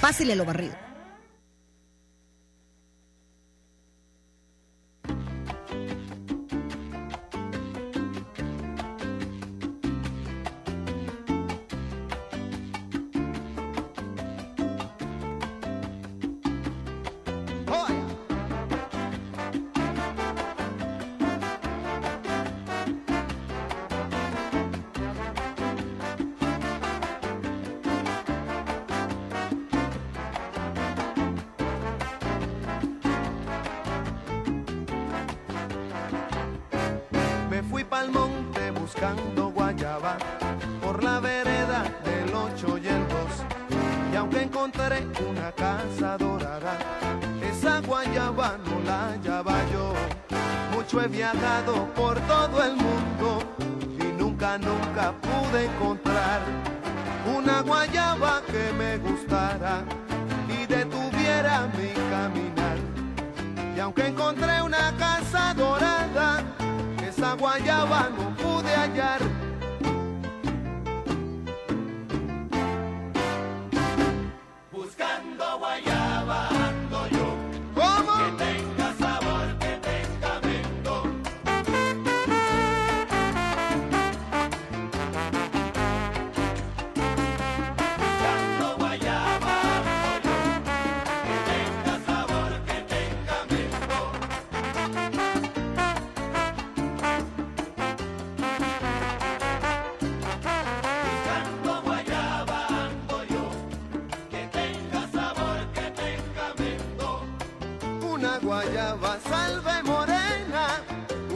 Pásele lo barrido. Me fui pa'l monte buscando guayaba por la vereda del 8 y el 2. Y aunque encontré una casa dorada, esa guayaba no la hallaba yo. Mucho he viajado por todo el mundo y nunca, nunca pude encontrar una guayaba que me gustara y detuviera mi caminar. Y aunque encontré una casa dorada, esa guayaba no pude hallar. Buscando guayaba ando yo. ¿Cómo? Que tenga sabor, que tenga mento. Buscando guayaba ando yo. Que tenga sabor, que tenga mento. Buscando guayaba ando yo, que tenga sabor, que tenga mento. Una guayaba salve morena,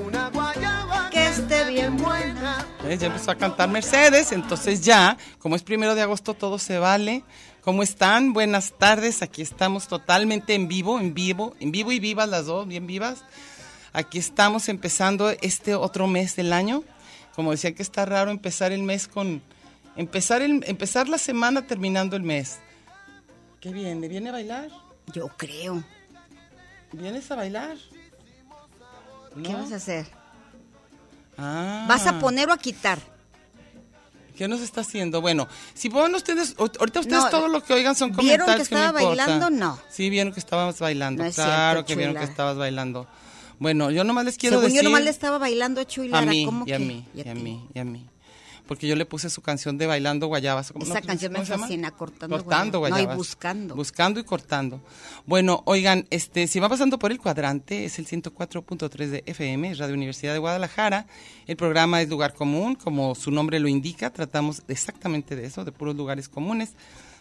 una guayaba que esté bien buena. ¿Ves? Ya empezó a cantar Mercedes, entonces ya, como es primero de agosto, todo se vale. ¿Cómo están? Buenas tardes, aquí estamos totalmente en vivo, en vivo, en vivo y vivas las dos, bien vivas. Aquí estamos empezando este otro mes del año. Como decía que está raro empezar el mes con... Empezar, el, empezar la semana terminando el mes. ¿Qué viene? ¿Viene a bailar? Yo creo. ¿Vienes a bailar? ¿Qué ¿No? vas a hacer? Ah. ¿Vas a poner o a quitar? ¿Qué nos está haciendo? Bueno, si pongan ustedes, o- ahorita ustedes No, todo lo que oigan son ¿vieron comentarios que me estaba importan. bailando? No. Sí, vieron que estabas bailando. No es claro cierto, que vieron que chula. estabas bailando. Bueno, yo nomás les quiero Según decir yo nomás le estaba bailando a Chuy a Lara, mí, ¿cómo y a que? mí, y a, ti? mí, y a mí. Porque yo le puse su canción de Bailando Guayabas. ¿Cómo- Esa no? canción me ¿Cómo se llama? fascina, Cortando Cortando Guayabas. No, y Guayabas. Buscando. Buscando y cortando. Bueno, oigan, este, si va pasando por el cuadrante, es el 104.3 de FM, es Radio Universidad de Guadalajara. El programa es Lugar Común, como su nombre lo indica, tratamos exactamente de eso, de puros lugares comunes.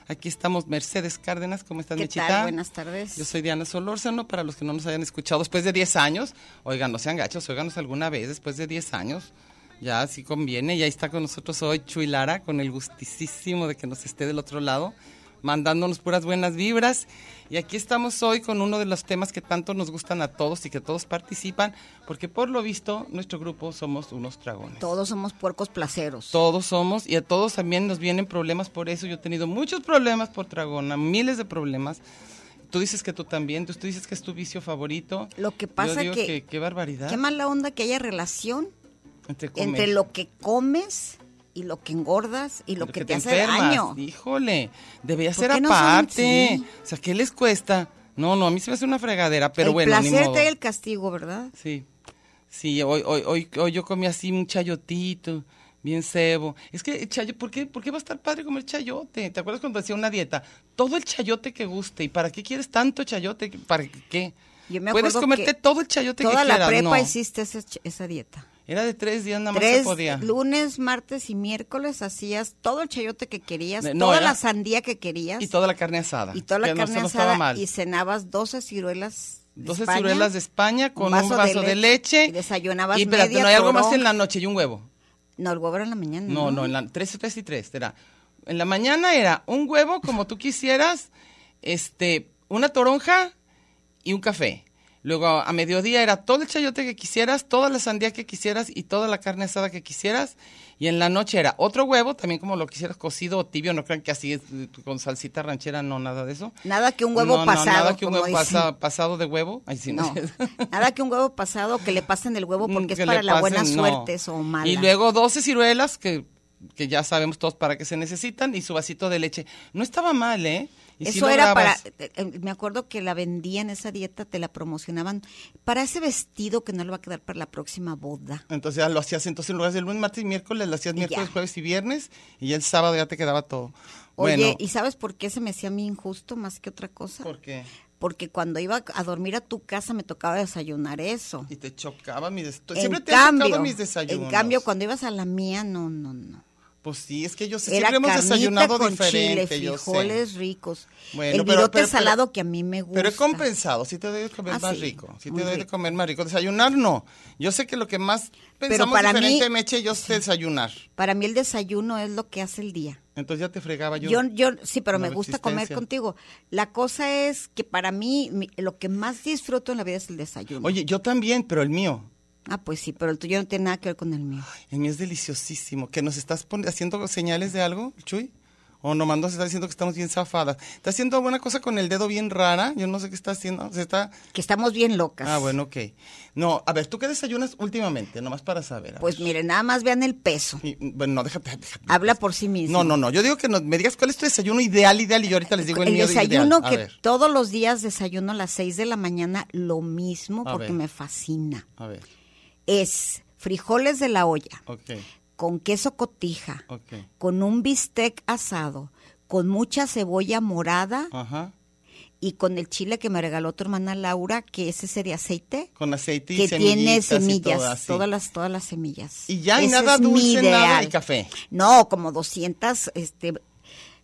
Aquí estamos Mercedes Cárdenas, ¿cómo estás, ¿Qué Michita? tal? Buenas tardes. Yo soy Diana Solórzano, para los que no nos hayan escuchado después de 10 años, oigan, no sean gachos, oiganos alguna vez después de 10 años. Ya sí conviene, y ahí está con nosotros hoy Chuy Lara, con el gustisísimo de que nos esté del otro lado, mandándonos puras buenas vibras. Y aquí estamos hoy con uno de los temas que tanto nos gustan a todos y que todos participan, porque por lo visto nuestro grupo somos unos dragones. Todos somos puercos placeros. Todos somos y a todos también nos vienen problemas por eso. Yo he tenido muchos problemas por Tragona, miles de problemas. Tú dices que tú también, tú, tú dices que es tu vicio favorito. Lo que pasa Yo digo que- qué barbaridad. Qué mala onda que haya relación entre, entre comer, lo que comes y lo que engordas y lo entre que, te, hace daño. Híjole, debería ¿Por ser qué no son aparte. así? O sea, ¿qué les cuesta? No, no, a mí se me hace una fregadera, pero el bueno, ni placer modo. trae el castigo, ¿verdad? Sí, sí, hoy, hoy, hoy, hoy yo comí así un chayotito, bien cebo. Es que el chayo, ¿por qué, ¿por qué va a estar padre comer chayote? ¿Te acuerdas cuando hacía una dieta? Todo el chayote que guste. ¿Y para qué quieres tanto chayote? ¿Para qué? Yo me Puedes acuerdo comerte que todo el chayote que Toda quieras. la prepa no. hiciste esa, ch- esa dieta. Era de tres días, nada más se Tres, podía. lunes, martes y miércoles hacías todo el chayote que querías, No, toda era- la sandía que querías Y toda la carne asada. y toda la que no carne se nos estaba asada mal. y cenabas 12 ciruelas. de 12 España, ciruelas de España con un vaso, de, leche. Y desayunabas Y espérate, media no hay algo torón. más en la noche y un huevo. No, el huevo era en la mañana. No, no, en la 3, 3 y 3. Era, en la mañana era un huevo como tú quisieras, este, una toronja y un café. Luego a mediodía era todo el chayote que quisieras, toda la sandía que quisieras y toda la carne asada que quisieras. Y en la noche era otro huevo, también como lo quisieras cocido o tibio, no crean que así es, eh, con salsita ranchera, no, nada de eso. Nada que un huevo No, no, pasado. nada que un como huevo dicen. pasa- pasado de huevo. Ay, sí, no. No, nada que un huevo pasado que le pasen el huevo porque Mm, que es para le la buena pasen, no. suerte o mala. Y luego 12 ciruelas, que, que ya sabemos todos para qué se necesitan, y su vasito de leche. No estaba mal, ¿eh? Y sí Eso era para, lograbas. eh, eh, me acuerdo que la vendían esa dieta, te la promocionaban para ese vestido que no le va a quedar para la próxima boda. Entonces ya lo hacías entonces en lugar de lunes, martes y miércoles, lo hacías Y miércoles, ya. jueves y viernes, y ya el sábado ya te quedaba todo. Oye, bueno, ¿y sabes por qué se me hacía a mí injusto más que otra cosa? ¿por qué? Porque cuando iba a dormir a tu casa me tocaba desayunar eso. Y te chocaba mi desayuno. En Siempre te cambio, han chocado mis desayunos. En cambio, cuando ibas a la mía, no, no, no. Pues sí, es que yo sé, Era siempre hemos carnita desayunado con diferente, chile, yo sé. frijoles ricos, Bueno, el pero- virote pero- pero- salado que a mí me gusta. Pero he compensado, sí te doy de comer Ah, más sí, rico, sí muy te doy de rico. comer más rico. Desayunar no. Yo sé que lo que más pensamos para mí- diferente, Meche, yo sé desayunar. Para mí el desayuno es lo que hace el día. Entonces ya te fregaba yo. Yo, yo sí, pero una me gusta comer resistencia. contigo. La cosa es que para mí mi- lo que más disfruto en la vida es el desayuno. Oye, yo también, pero el mío. Ah, pues sí, pero el tuyo no tiene nada que ver con el mío. El mío es deliciosísimo. ¿Que nos estás pon- haciendo señales de algo, Chuy? O nomás nos está diciendo que estamos bien zafadas. Está haciendo alguna cosa con el dedo bien rara. Yo no sé qué está haciendo. Se está... Que estamos bien locas. Ah, bueno, ok. No, a ver, ¿tú qué desayunas últimamente? Nomás para saber. a Pues ver. miren, nada más vean el peso. Y, bueno, no, déjate, déjate. Habla por sí mismo. No, no, no. Yo digo que no- me digas cuál es tu desayuno ideal, ideal, y yo ahorita les digo el, el mío de desayuno ideal. A que ver, todos los días desayuno a las 6 de la mañana, lo mismo A porque ver. me fascina. a ver, Es frijoles de la olla, ok, con queso cotija, ok. con un bistec asado, con mucha cebolla morada Ajá. y con el chile que me regaló tu hermana Laura, que es ese de aceite, Con aceite y que tiene semillitas y todo semillas, así. todas las todas las semillas. Y ya, y Ese nada es mi dulce, nada, y ideal. café. No, como 200, este,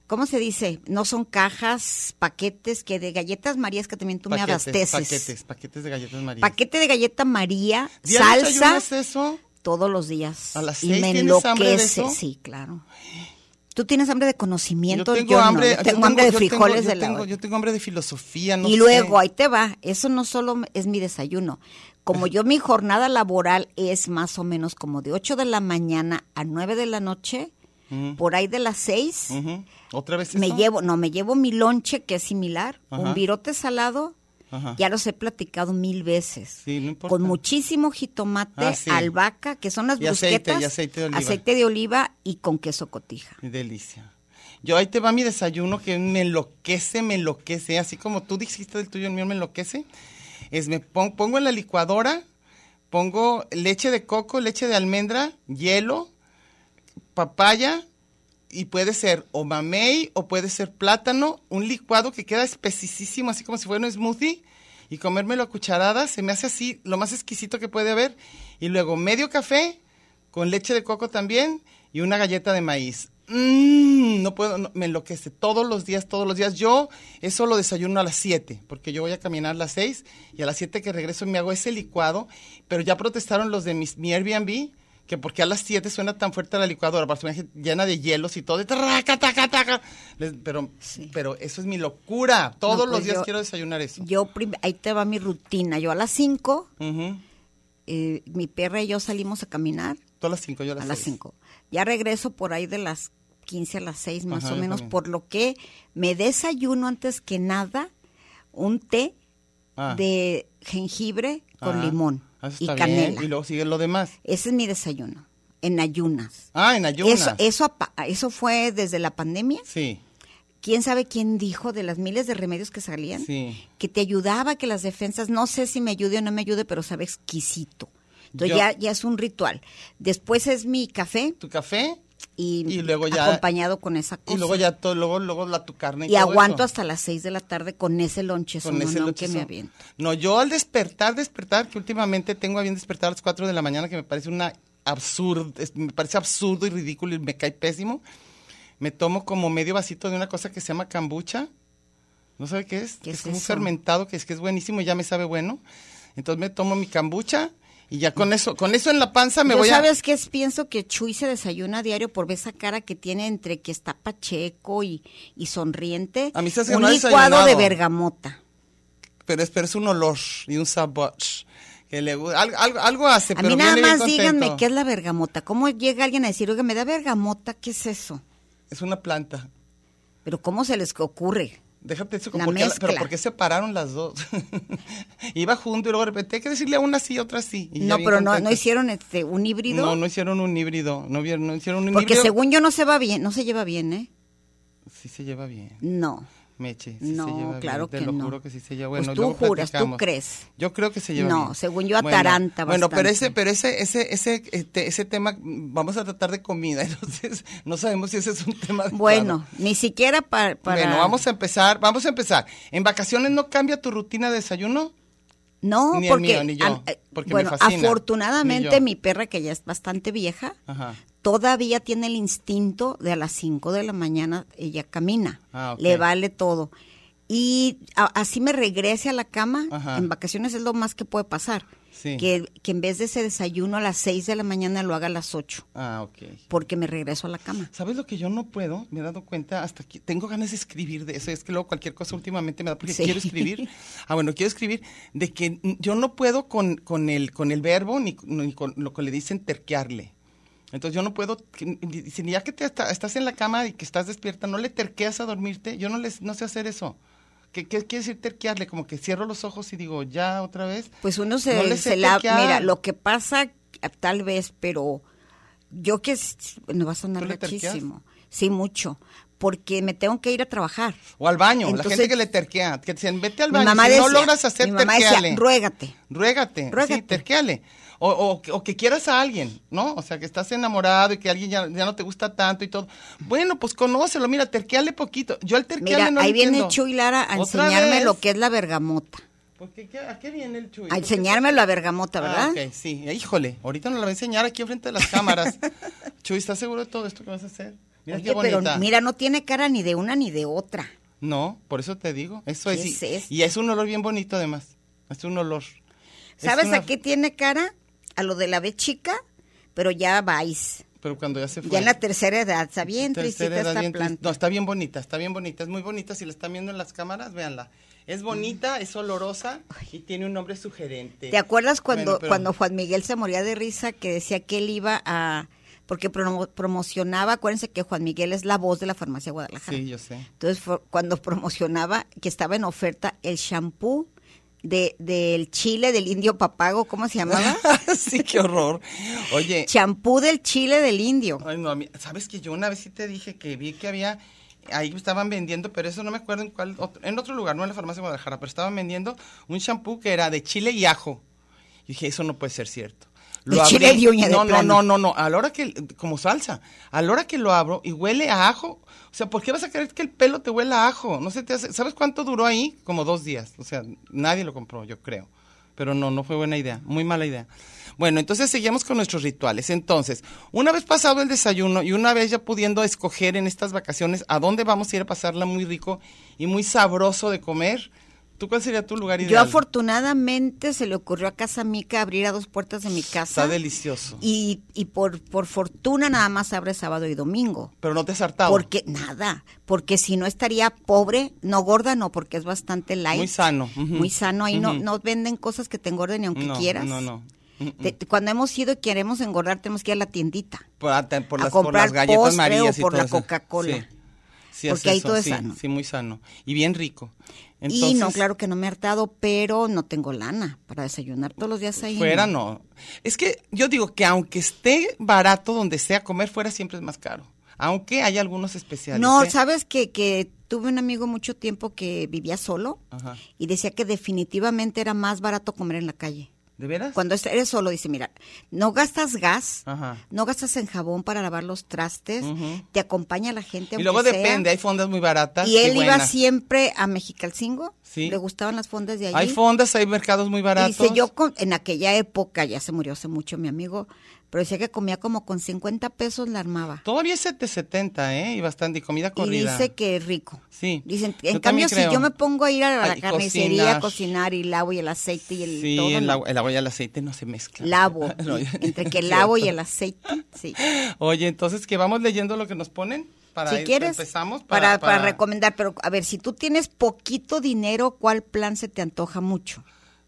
¿cómo se dice? No son cajas, paquetes, que de galletas marías que también tú me Paquetes, abasteces. Paquetes, paquetes de galletas María. Paquete de galleta María, ¿Diario desayunas salsa, eso? todos los días. ¿A las y seis me tienes hambre de enloquece, eso? sí, claro. Tú tienes hambre de conocimiento, Yo tengo no, hambre, yo yo tengo hambre de yo tengo- frijoles yo de la tengo- olla. Yo tengo hambre de filosofía, no y sé. luego, ahí te va, eso no solo es mi desayuno. Como yo mi jornada laboral es más o menos como de 8 de la mañana a 9 de la noche, por ahí de las 6, Ujú. ¿Otra vez me Mm. eso? llevo, no, me llevo mi lonche que es similar, Ajá. un virote salado, Ajá. ya los he platicado mil veces. Sí, no importa. Con muchísimo jitomate, Ah, sí. albahaca, que son las Y aceite, brusquetas, y aceite de oliva. aceite de oliva y con queso cotija. Delicia. Yo ahí te va mi desayuno que me enloquece, me enloquece. Así como tú dijiste del tuyo, el mío me enloquece. Es me pon- pongo en la licuadora, pongo leche de coco, leche de almendra, hielo, papaya y puede ser o mamey o puede ser plátano, un licuado que queda espesísimo, así como si fuera un smoothie. Y comérmelo a cucharadas se me hace así lo más exquisito que puede haber. Y luego medio café con leche de coco también y una galleta de maíz. Mm, no puedo, no, me enloquece todos los días, todos los días. Yo eso lo desayuno a las 7, porque yo voy a caminar a las 6 y a las 7 que regreso me hago ese licuado, pero ya protestaron los de mis, mi Airbnb que porque a las 7 suena tan fuerte la licuadora, para su imagen llena de hielos y todo, y traca, taca, taca. Les- Pero, Sí. pero eso es mi locura. Todos No, los pues días yo- quiero desayunar eso. Yo, prim- ahí te va mi rutina, yo a las 5, Ujú. eh, mi perra y yo salimos a caminar Tú a las 5, yo a las a las seis. 5. Ya regreso por ahí de las 15 a las 6 más Ajá, o yo menos, también. por lo que me desayuno antes que nada un té Ah. de jengibre con Ah, limón eso y está bien. canela. Y luego sigue lo demás. Ese es mi desayuno, en ayunas. Ah, en ayunas. Eso, eso, apa- eso fue desde la pandemia. Sí, ¿Quién sabe quién dijo de las miles de remedios que salían? sí. Que te ayudaba, que las defensas, no sé si me ayude o no me ayude, pero sabe exquisito. Entonces Yo- ya, ya es un ritual. Después es mi café, ¿Tu café? y, Y luego ya- acompañado con esa cosa. Y luego ya todo, luego, luego la tu carne. Y aguanto hasta hasta las 6 de la tarde con ese lonche con ese que lonchezón. me aviento. No, yo al despertar, despertar, que últimamente tengo a bien despertar a las 4 de la mañana, que me parece una absurdo, me parece absurdo y ridículo y me cae pésimo. Me tomo como medio vasito de una cosa que se llama kombucha. ¿No sabe qué es? ¿Qué es es como un eso? fermentado que es que es buenísimo, ya me sabe bueno. Entonces me tomo mi kombucha y ya con eso, con eso en la panza me Yo voy sabes que pienso que Chuy se desayuna a diario por ver esa cara que tiene entre que está pacheco y, y sonriente. A mí se hace que un no ha licuado de desayunado. bergamota. a pero es, pero es un olor y un sabor que le gu- algo algo, algo hace, A Este, pero mí nada viene bien más díganme contento. qué es la bergamota. ¿Cómo llega alguien a decir, oiga, me da bergamota? ¿Qué es eso? es una planta. Pero ¿cómo se les ocurre? Déjate eso, La ¿por qué la- pero mezcla. ¿por qué separaron las dos? Iba junto y luego de repente hay que decirle a una sí y otra sí. y ya No, bien pero no, contenta. no hicieron este un híbrido. No, no hicieron un híbrido. No, vieron- no hicieron un porque híbrido. según yo no se va bien, no se lleva bien, ¿eh? Sí se lleva bien, No. Meche. Sí No, se lleva bien, claro te que lo no. juro que sí se lleva Pues bueno, tú luego juras, tú platicamos. crees. Yo creo que se lleva No, bien. según yo Bueno, ataranta Bueno, pero ese, bastante. pero ese, ese, ese, este, ese tema, mm, vamos a tratar de comida, entonces no sabemos si ese es un tema adecuado. Bueno, ni siquiera pa- para Bueno, vamos a empezar, vamos a empezar. ¿En vacaciones no cambia tu rutina de desayuno? No, Ni el porque, mío, ni yo, an- eh, porque me bueno, fascina, ni afortunadamente yo. mi perra, que ya es bastante vieja, Ajá. todavía tiene el instinto de a las 5 de la mañana ella camina, Ah, ok. le vale todo. Y a- así me regrese a la cama, Ajá. en vacaciones es lo más que puede pasar, Sí. que, que en vez de ese desayuno a las 6 de la mañana lo haga a las 8, Ah, ok. porque me regreso a la cama. ¿Sabes lo que yo no puedo? Me he dado cuenta hasta que tengo ganas de escribir de eso. Es que luego cualquier cosa últimamente me da porque Sí. quiero escribir. Ah, bueno, quiero escribir de que mm, yo no puedo con, con, el, con el verbo ni, ni con lo que le dicen terquearle. Entonces yo no puedo, que- dicen, ya que te está- estás en la cama y que estás despierta, no le terqueas a dormirte. Yo no, les, no sé hacer eso. ¿Qué, qué quiere decir terquearle? Como que cierro los ojos y digo, ya otra vez. Pues uno se, No le sé se la... terquear. Mira, lo que pasa eh, tal vez, pero yo que... s- No va a sonar ¿Tú le terqueas? muchísimo. Sí, mucho. Porque me tengo que ir a trabajar. O al baño, la Entonces- gente que le terquea, que te dicen, vete al Mi baño. mamá si no decía- logras hacer, mi mamá decía, terqueale. ruégate. Ruégate, Ruégate. sí, terquéale. O, o que- o que quieras a alguien, ¿no? O sea, que estás enamorado y que alguien ya, ya no te gusta tanto y todo. Bueno, pues conócelo, mira, terqueale poquito. Yo al terqueale Mira, no ahí le entiendo. viene Chuy Lara a ¿Otra enseñarme vez? lo que es la bergamota. ¿Por qué? ¿Qué- ¿A qué viene el Chuy? A ¿Por qué? enseñarme la bergamota, ¿verdad? Ah, ok, sí. Híjole, ahorita nos la va a enseñar aquí enfrente de las cámaras. Chuy, ¿estás seguro de todo esto que vas a hacer? Mira Oye, qué bonita. pero mira, no tiene cara ni de una ni de otra. No, por eso te digo. Eso ¿Qué es. y- es esto? y es un olor bien bonito, además. Es un olor. Es ¿Sabes una- a qué tiene cara? A lo de la B chica, pero ya vais. Pero cuando ya se fue. Ya en la tercera edad, está bien Tercera tristita edad, esta bien triste. planta. No, está bien bonita, está bien bonita, es muy bonita. Si la están viendo en las cámaras, véanla. Es bonita, es olorosa y tiene un nombre sugerente. Mm. ¿Te acuerdas cuando, Bueno, pero- cuando Juan Miguel se moría de risa que decía que él iba a... porque promo- promocionaba, acuérdense que Juan Miguel es la voz de la farmacia Guadalajara. Sí, yo sé. Entonces, fue cuando promocionaba que estaba en oferta el shampoo de, del chile del indio papago, ¿cómo se llamaba? sí, qué horror. Oye, Champú del chile del indio. ay, no, a mí- sabes que yo una vez sí te dije que vi que había, ahí estaban vendiendo, pero eso no me acuerdo en cuál, otro- en otro lugar, no en la farmacia de Guadalajara, pero estaban vendiendo un shampoo que era de chile y ajo. Y dije, eso no puede ser cierto. De chile de uña de no, no, plano. no, no, no, a la hora que, como salsa, a la hora que lo abro y huele a ajo, o sea, ¿por qué vas a querer que el pelo te huela a ajo? No se te hace, ¿sabes cuánto duró ahí? Como dos días, o sea, nadie lo compró, yo creo, pero no, no fue buena idea, muy mala idea. Bueno, entonces seguimos con nuestros rituales. Entonces, una vez pasado el desayuno y una vez ya pudiendo escoger en estas vacaciones a dónde vamos a ir a pasarla muy rico y muy sabroso de comer, ¿tú cuál sería tu lugar ideal? Yo afortunadamente se le ocurrió a Casa Mica abrir a dos puertas de mi casa. Está delicioso. y, y por, por fortuna nada más abre sábado y domingo. Pero no te has hartado. Porque nada, porque si no estaría pobre, no gorda, no, porque es bastante light. Muy sano, ujú. Muy sano, ahí no, Ujú. no venden cosas que te engorden ni aunque no, quieras. No, no. Mm, mm. Te- te- cuando hemos ido y queremos engordar, tenemos que ir a la tiendita. por, a- te- por a las, por comprar las galletas postre marías o y por todo la eso. Coca-Cola. Sí. Sí, Porque es ahí eso, todo es sí, sano. Sí, muy sano. Y bien rico. y Entonces, no, claro que no me he hartado, pero no tengo lana para desayunar todos los días ahí. Fuera no. Es que yo digo que aunque esté barato donde sea, comer fuera siempre es más caro. Aunque hay algunos especiales. No, ¿eh? sabes que, que tuve un amigo mucho tiempo que vivía solo Ajá. y decía que definitivamente era más barato comer en la calle. ¿De veras? Cuando es- eres solo, dice, mira, no gastas gas, Ajá. no gastas en jabón para lavar los trastes, Ah. Ujú. te acompaña la gente. Y aunque luego sea. depende, ¿eh? hay fondas muy baratas. Y él iba buenas. siempre a Mexicalcingo, Sí. le gustaban las fondas de allí. Hay fondas, hay mercados muy baratos. ¿eh? Dice, yo con- en aquella época, ya se murió hace mucho mi amigo, pero decía que comía como con 50 pesos la armaba. Todavía es 770, ¿eh? Y bastante, y comida Y corrida. dice que es rico. Sí, Dicen, yo en también cambio, si creo. yo me pongo a ir a la Ay, carnicería cocinar. a cocinar y el agua y el aceite y el Sí, todo. el, ¿no? agua, el agua y el aceite no se mezclan. Lavo. No, y- ya- entre que es el agua y cierto. el aceite. Sí. Oye, entonces que vamos leyendo lo que nos ponen para si ir- quieres, empezamos para, para recomendar. Pero a ver, si tú tienes poquito dinero, ¿cuál plan se te antoja mucho?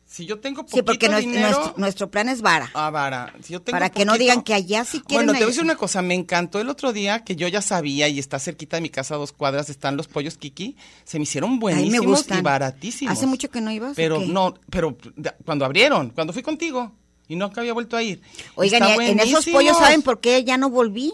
Si yo tengo poquito Sí, porque nues- dinero, nuestro, nuestro plan es vara. Ah, vara. Si yo tengo Para que no poquito- digan que allá sí quieren Bueno, te voy allá. a decir una cosa. Me encantó el otro día que yo ya sabía y está cerquita de mi casa a dos cuadras están los pollos Kiki. Se me hicieron Ay, buenísimos me gustan. y baratísimos. ¿Hace mucho que no ibas o Pero qué? no, pero da- cuando abrieron, cuando fui contigo y nunca había vuelto a ir. Oigan, Está y en esos buenísimos, pollos, ¿saben por qué ya no volví?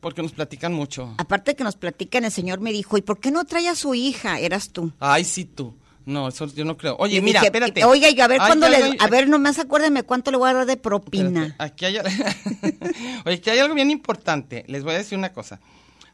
Porque nos platican mucho. Aparte que nos platican, el señor me dijo, ¿y por qué no trae a su hija? Eras tú. Ay, sí tú. No, eso yo no creo. Oye, Le mira, dije, espérate. Oiga, yo a ver Ay, cuándo ya, le- ay, a ver nomás acuérdame cuánto le voy a dar de propina. Espérate, Aquí hay, oye, aquí hay algo bien importante. Les voy a decir una cosa.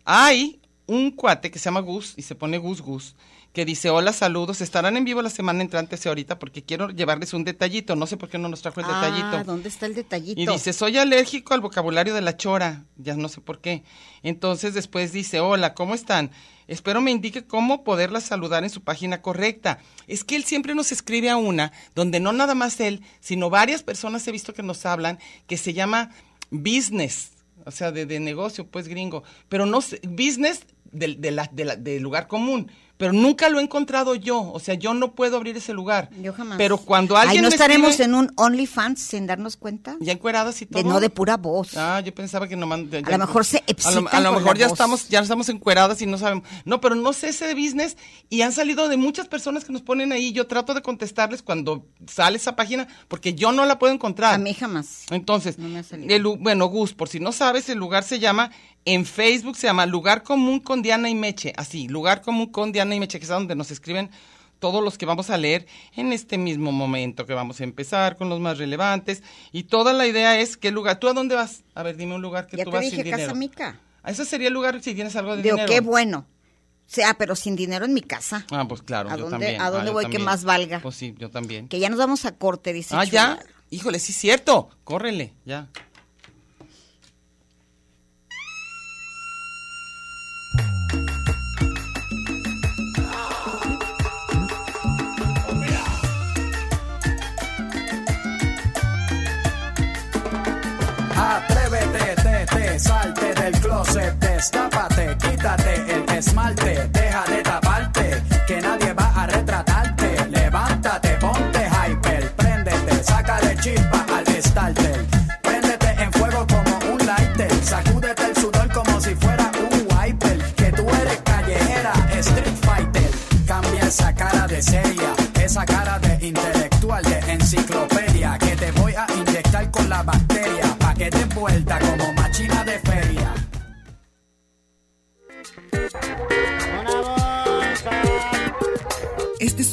Hay un cuate que se llama Gus y se pone Gus Gus que dice, hola, saludos, estarán en vivo la semana entrante sí, ahorita porque quiero llevarles un detallito. No sé por qué no nos trajo el Ah, pues, detallito. ¿dónde está el detallito? Y dice, soy alérgico al vocabulario de la chora, ya no sé por qué. Entonces después dice, hola, ¿cómo están? Espero me indique cómo poderla saludar en su página correcta. Es que él siempre nos escribe a una, donde no nada más él, sino varias personas he visto que nos hablan, que se llama business, o sea, de, de negocio, pues gringo, pero no sé, business del de la- de la- del lugar común. Pero nunca lo he encontrado yo, o sea, yo no puedo abrir ese lugar. Yo jamás. Pero cuando alguien Ahí no me estaremos escribe- en un OnlyFans sin darnos cuenta. ya encueradas y todo. De no de pura voz. Ah, yo pensaba que nomás. ya- A lo mejor se A lo, excitan a lo con la mejor ya voz. estamos, ya estamos encueradas y no sabemos. No, pero no sé ese de business y han salido de muchas personas que nos ponen ahí. Yo trato de contestarles cuando sale esa página porque yo no la puedo encontrar. A mí jamás. Entonces, No me ha salido. el lu- bueno, Gus, por si no sabes, el lugar se llama, en Facebook se llama Lugar Común con Diana y Meche, así, Lugar Común con Diana y Meche, que es a donde nos escriben todos los que vamos a leer en este mismo momento que vamos a empezar con los más relevantes. Y toda la idea es qué lugar, ¿tú a dónde vas? A ver, dime un lugar que Ya tú te vas dije, sin dinero. casa mica. Ah, Ese sería el lugar si tienes algo de Digo, dinero. qué bueno. O sea, pero sin dinero en mi casa. Ah, pues claro, ¿A yo dónde- también. a Ah, dónde yo voy que también. más valga? Pues sí, yo también. Que ya nos vamos a corte, dice. Ah, ya. chula. Híjole, sí, cierto. Córrele, ya. Atrévete, te, te, salte del closet, destápate, quítate el esmalte, deja de taparte, que nadie va a retratarte. Levántate, ponte hyper, préndete, sácale chispa al starter. Préndete en fuego como un lighter, sacúdete el sudor como si fuera un wiper, que tú eres callejera, street fighter. Cambia esa cara de seria, esa cara de intelectual de enciclopedia, que te voy a inyectar con la bacteria, pa' que te vuelta como machina de feria. Este es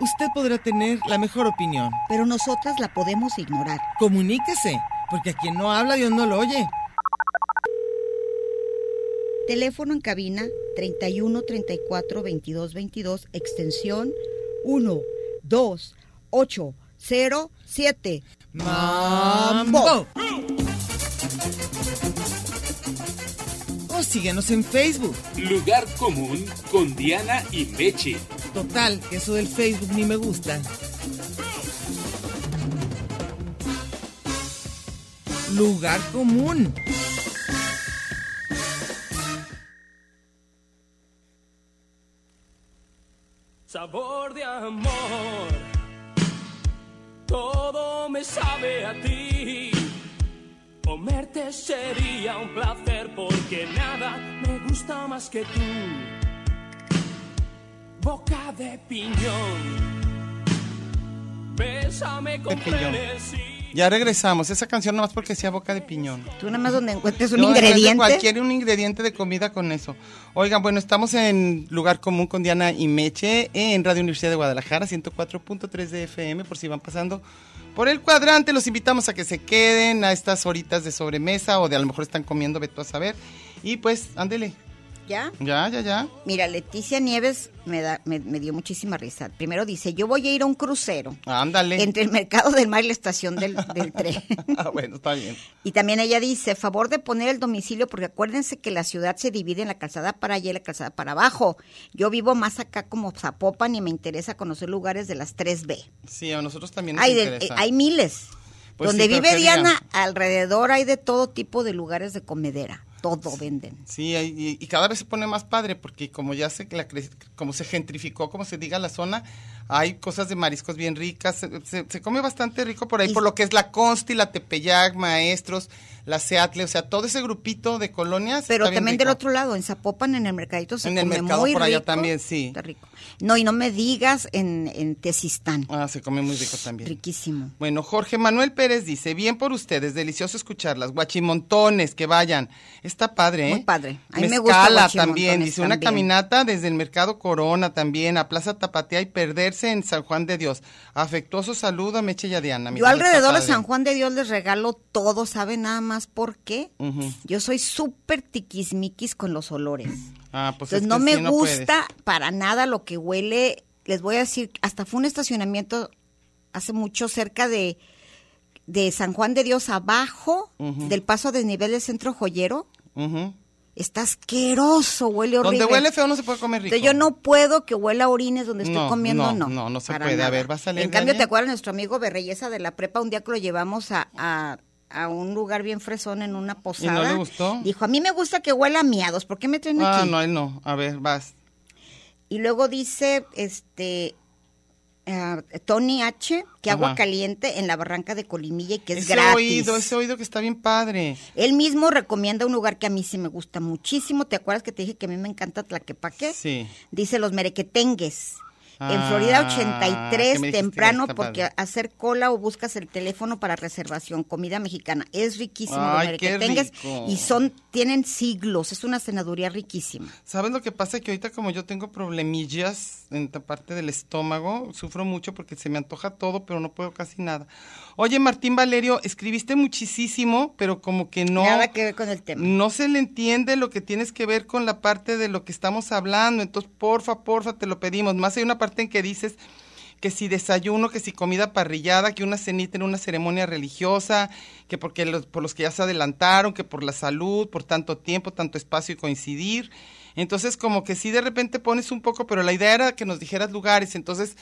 Usted podrá tener la mejor opinión. Pero nosotras la podemos ignorar. Comuníquese, porque a quien no habla, Dios no lo oye. Teléfono en cabina 31 34 22 22, extensión 1 2 8 0 7. ¡Mambo! O síguenos en Facebook. Lugar común con Diana y Meche. Total, que eso del Facebook ni me gusta. Lugar común. Sabor de amor. Todo me sabe a ti. Comerte sería un placer porque nada me gusta más que tú. Boca de piñón. Bésame con De piñón. frenesí. Ya regresamos. Esa canción nomás porque sea boca de piñón. Tú nada más donde encuentres un Yo encuentro ingrediente. Cualquier un ingrediente de comida con eso. Oigan, bueno, estamos en lugar común con Diana y Meche en Radio Universidad de Guadalajara, 104.3 de FM, por si van pasando por el cuadrante. Los invitamos a que se queden a estas horitas de sobremesa o de a lo mejor están comiendo, ve tú a saber. Y pues, ándele. ¿Ya? Ya, ya, ya. Mira, Leticia Nieves me, da, me, me dio muchísima risa. Primero dice, yo voy a ir a un crucero Ándale. entre el mercado del mar y la estación del, del tren. ah, bueno, está bien. Y también ella dice, favor de poner el domicilio, porque acuérdense que la ciudad se divide en la calzada para allá y la calzada para abajo. Yo vivo más acá como Zapopan y me interesa conocer lugares de las 3B. Sí, a nosotros también nos Hay, de- interesa. eh, hay miles. Pues Donde sí, pero vive ¿qué dirán? Diana, alrededor hay de todo tipo de lugares de comedera. Todo venden. Sí, hay- y, y cada vez se pone más padre porque como ya se la cre- como se gentrificó, como se diga la zona, hay cosas de mariscos bien ricas, se, se- se come bastante rico por ahí, Y- por lo que es la Consti, la Tepeyac, Maestros, la Seatle, o sea, todo ese grupito de colonias. Pero está bien también del rico. otro lado, en Zapopan, en el mercadito se En el come mercado muy por allá rico. también, sí. Está rico. No, y no me digas en, en Tezistán. Ah, se come muy rico también. Riquísimo. Bueno, Jorge Manuel Pérez dice, bien por ustedes, delicioso escucharlas, guachimontones, que vayan. Está padre, ¿eh? Muy padre. A mí me Mezcala gusta Guachimontones también, dice, una también. caminata desde el Mercado Corona también, a Plaza Tapatía y perderse en San Juan de Dios. Afectuoso saludo a Meche y a Diana. Yo Mira, alrededor está de padre. San Juan de Dios les regalo todo, ¿sabe nada más por qué? Ujú. Yo soy súper tiquismiquis con los olores. Ah, pues Entonces es no que me sí, puedes. gusta para nada lo que huele. Les voy a decir, hasta fue un estacionamiento hace mucho cerca de, de San Juan de Dios, abajo del paso a desnivel del centro joyero. Ujú. Está asqueroso, huele horrible. Donde huele feo no se puede comer rico. Entonces yo no puedo que huela a orines donde estoy No, comiendo, no, no. no, no se para puede. A nada. ver, vas a leer, En cambio, Dania. ¿te acuerdas de nuestro amigo Berreyesa de la prepa? Un día que lo llevamos a, a- a un lugar bien fresón en una posada. le gustó? Dijo, a mí me gusta que huela a miados, ¿por qué me traen Ah, aquí? no, él no. A ver, vas. Y luego dice, este... ah, Tony H, que agua Ajá. caliente en la barranca de Colimilla y que es ese gratis. oído, ese oído que está bien padre. Él mismo recomienda un lugar que a mí sí me gusta muchísimo. ¿Te acuerdas que te dije que a mí me encanta Tlaquepaque? Sí. Dice los merequetengues. En Ah, Florida que 83, me dijiste, temprano, está porque padre. hacer cola o buscas el teléfono para reservación, comida mexicana. Es riquísimo los Ay, qué merequetengues rico. y son, tienen siglos, es una cenaduría riquísima. ¿Sabes lo que pasa? Que ahorita como yo tengo problemillas en la parte del estómago, sufro mucho porque se me antoja todo, pero no puedo casi nada. Oye, Martín Valerio, escribiste muchísimo, pero como que no... Mm. Nada que ver con el tema. No se le entiende lo que tienes que ver con la parte de lo que estamos hablando. Entonces, porfa, porfa, te lo pedimos. Más hay una parte en que dices que si desayuno, que si comida parrillada, que una cenita en una ceremonia religiosa, que porque los, por los que ya se adelantaron, que por la salud, por tanto tiempo, tanto espacio y coincidir. Entonces, como que sí de repente pones un poco, pero la idea era que nos dijeras lugares. Entonces,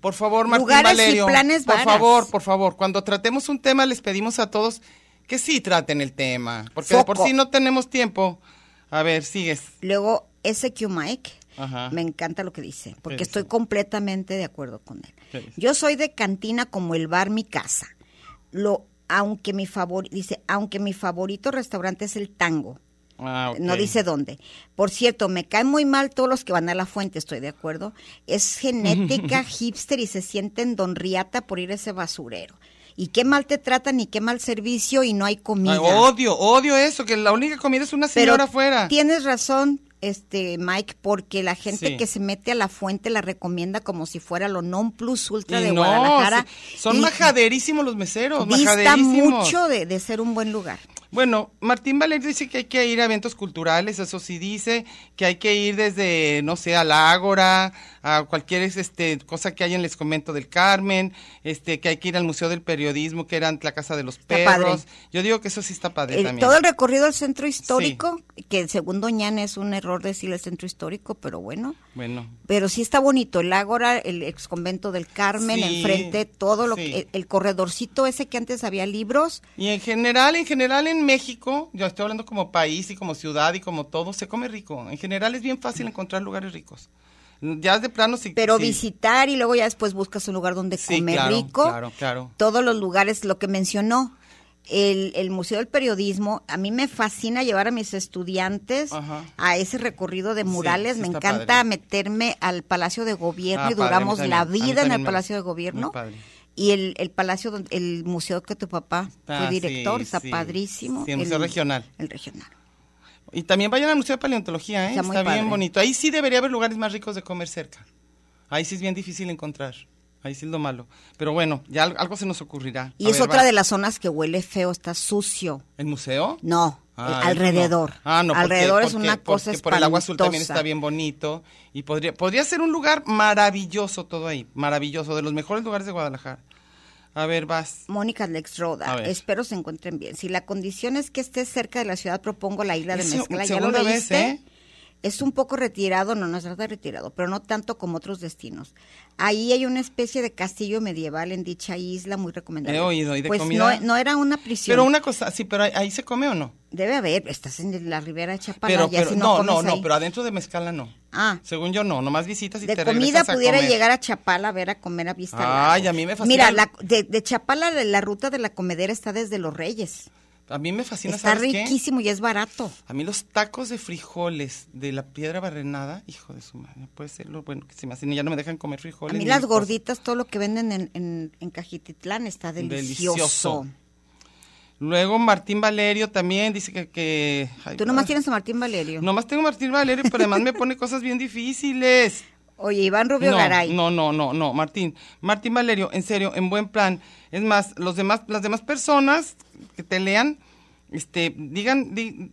por favor, Martín Lugares y Valerio, planes por varas. favor, por favor, cuando tratemos un tema les pedimos a todos que sí traten el tema, porque de por Foco. sí no tenemos tiempo. A ver, sigues. Luego, ese Q Mike, Ajá. me encanta lo que dice, porque dice? estoy completamente de acuerdo con ¿Qué él. dice? Yo soy de cantina como el bar mi casa. Lo, aunque mi favor, dice, aunque mi favorito restaurante es el tango. Ah, ok. No dice dónde. Por cierto, me caen muy mal todos los que van a la fuente, estoy de acuerdo. Es genética hipster y se sienten don Riata por ir a ese basurero. Y qué mal te tratan y qué mal servicio y no hay comida. Ay, odio, odio eso, que la única comida es una Pero señora afuera. Tienes razón, este Mike, porque la gente Sí. que se mete a la fuente la recomienda como si fuera lo non plus ultra Y de no, Guadalajara. sí, son Y majaderísimos los meseros, Dista majaderísimos. mucho de, de ser un buen lugar. Bueno, Martín Valerio dice que hay que ir a eventos culturales, eso sí dice, que hay que ir desde, no sé, a la Ágora, a cualquier este, cosa que hay en el convento del Carmen, este, que hay que ir al Museo del Periodismo, que era la Casa de los padre. Perros. Yo digo que eso sí está padre El- también. Eh, todo el recorrido del centro histórico, que según Doñana es un error decir el centro histórico, pero bueno. Bueno, Pero sí está bonito, el Ágora, el ex convento del Carmen, Sí, enfrente, todo lo sí. que, el, el corredorcito ese que antes había libros, y en general, en general en México, yo estoy hablando como país y como ciudad y como todo, se come rico. En general es bien fácil encontrar lugares ricos. Ya de plano sí. pero sí. visitar y luego ya después buscas un lugar donde Sí, comer claro, rico. claro, claro. Todos los lugares, lo que mencionó, el, el Museo del Periodismo, a mí me fascina llevar a mis estudiantes Ajá. a ese recorrido de Sí, murales. sí me está encanta padre. meterme al Palacio de Gobierno Ah, y padre, a mí duramos la también, a mí vida en también el me- Palacio de muy Gobierno. padre. Y el, el palacio, donde- el museo que tu papá Ah, fue director, sí, está sí. padrísimo. Sí, el museo regional. El regional. Y también vayan al Museo de Paleontología, ¿eh? Está Está, muy padre. bien bonito. Ahí sí debería haber lugares más ricos de comer cerca. Ahí sí es bien difícil encontrar. Ahí sí es lo malo. Pero bueno, ya al- algo se nos ocurrirá. Y A es ver, otra va. de las zonas que huele feo, está sucio. ¿El museo? No, Ah, el- eso no. Eh, alrededor. Ah, no, porque- alrededor es porque- una cosa porque por el agua azul también espantosa. está bien bonito y podría podría ser un lugar maravilloso todo ahí, maravilloso, de los mejores lugares de Guadalajara. A ver, vas. Mónica Lex A Roda, ver. espero se encuentren bien. Si la condición es que estés cerca de la ciudad, propongo la isla de Es se- Mezcla. ¿Ya lo segunda vez, leíste? ¿eh? Es un poco retirado, no, no se trata de retirado, pero no tanto como otros destinos. Ahí hay una especie de castillo medieval en dicha isla, muy recomendable. He oído, ¿y de pues comida? No, no era una prisión. Pero una cosa, sí, pero ahí, ahí se come o no? Debe haber, estás en la ribera de Chapala, Pero, ya pero si no, no, no, comes no, ahí. pero adentro de Mezcala no. Ah. Según yo no, nomás visitas y de te comida regresas a pudiera comer. llegar a Chapala a ver a comer a vista Ay, Largo. a mí me fascina Mira, el- la- de, de Chapala la, la ruta de la comedera está desde Los Reyes. A mí me fascina, está ¿sabes qué? riquísimo y es barato. A mí los tacos de frijoles de la piedra barrenada, hijo de su madre, no puede ser lo bueno que se me hacen. Ya no me dejan comer A frijoles. mí ni las cosas. gorditas, todo lo que venden en, en, en Cajititlán está delicioso. Delicioso. Luego Martín Valerio también dice que... que ay, Tú nomás ah, tienes a Martín Valerio. Nomás tengo Martín Valerio, pero además me pone cosas bien difíciles. Oye, Iván Rubio no, Garay. No, no, no, no, Martín. Martín Valerio, en serio, en buen plan. Es más, los demás, las demás personas que te lean, este, digan, di-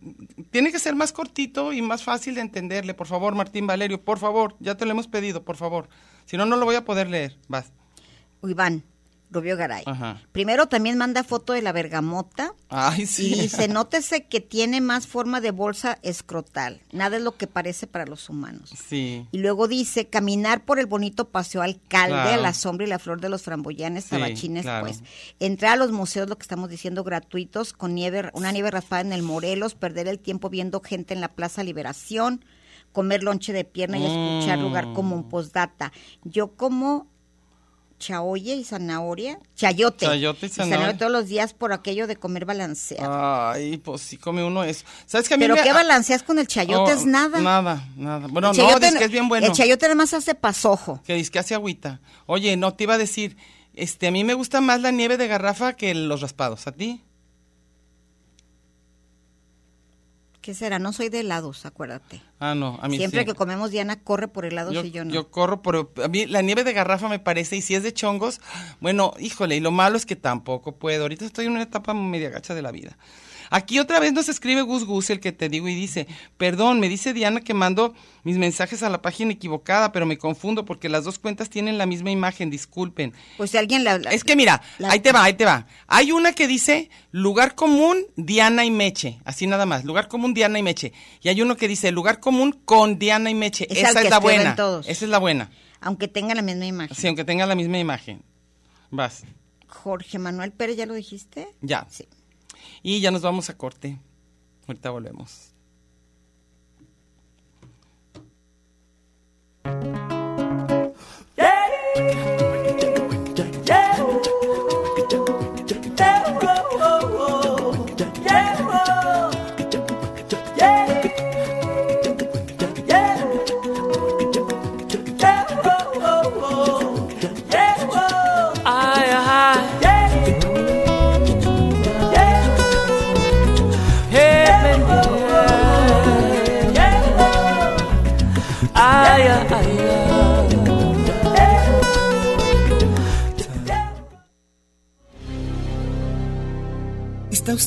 tiene que ser más cortito y más fácil de entenderle. Por favor, Martín Valerio, por favor, ya te lo hemos pedido, por favor. Si no, no lo voy a poder leer. Vas. Iván Rubio Garay. Ajá. Primero también manda foto de la bergamota. Ay, sí. Y dice, nótese que tiene más forma de bolsa escrotal. Nada es lo que parece para los humanos. Sí. Y luego dice, caminar por el bonito paseo alcalde, Claro. a la sombra y la flor de los framboyanes, Sí, tabachines, claro. pues. Entrar a los museos, lo que estamos diciendo, gratuitos, con nieve, una nieve raspada en el Morelos, perder el tiempo viendo gente en la Plaza Liberación, comer lonche de pierna y escuchar lugar Mm. común postdata. Yo como chaoye y zanahoria, chayote, Chayote y zanahoria. todos los días por aquello de comer balanceado. Ay, pues sí come uno eso. ¿Sabes que a mí Pero me- qué balanceas con el chayote Ah, Oh, es nada. Nada, nada. Bueno, El no, chayote dice que es bien bueno. El chayote nada más hace pasojo. Que dice que hace agüita. Oye, no, te iba a decir, este, a mí me gusta más la nieve de garrafa que los raspados. ¿A ti? ¿Qué será? No soy de helados, acuérdate. Ah, no, a mí Siempre sí. que comemos Diana corre por helados yo, y yo no. yo corro, pero a mí la nieve de garrafa me parece, y si es de chongos, bueno, híjole, y lo malo es que tampoco puedo. Ahorita estoy en una etapa media gacha de la vida. Aquí otra vez nos escribe Gus Gus, el que te digo, y dice, perdón, me dice Diana que mando mis mensajes a la página equivocada, pero me confundo porque las dos cuentas tienen la misma imagen, disculpen. Pues si alguien la, la- Es que mira, la- ahí te va, ahí te va. Hay una que dice lugar común Diana y Meche, así nada más, lugar común Diana y Meche. Y hay uno que dice lugar común con Diana y Meche. Es al Esa que es la escriben buena. todos. Esa es la buena. aunque tenga la misma imagen. Así aunque tenga la misma imagen. Vas. Jorge Manuel Pérez, ¿ya lo dijiste? Ya. Sí. Y ya nos vamos a corte. Ahorita volvemos. Ay, ay. Hey, man, yeah. Ay, ay, ay, ay. Está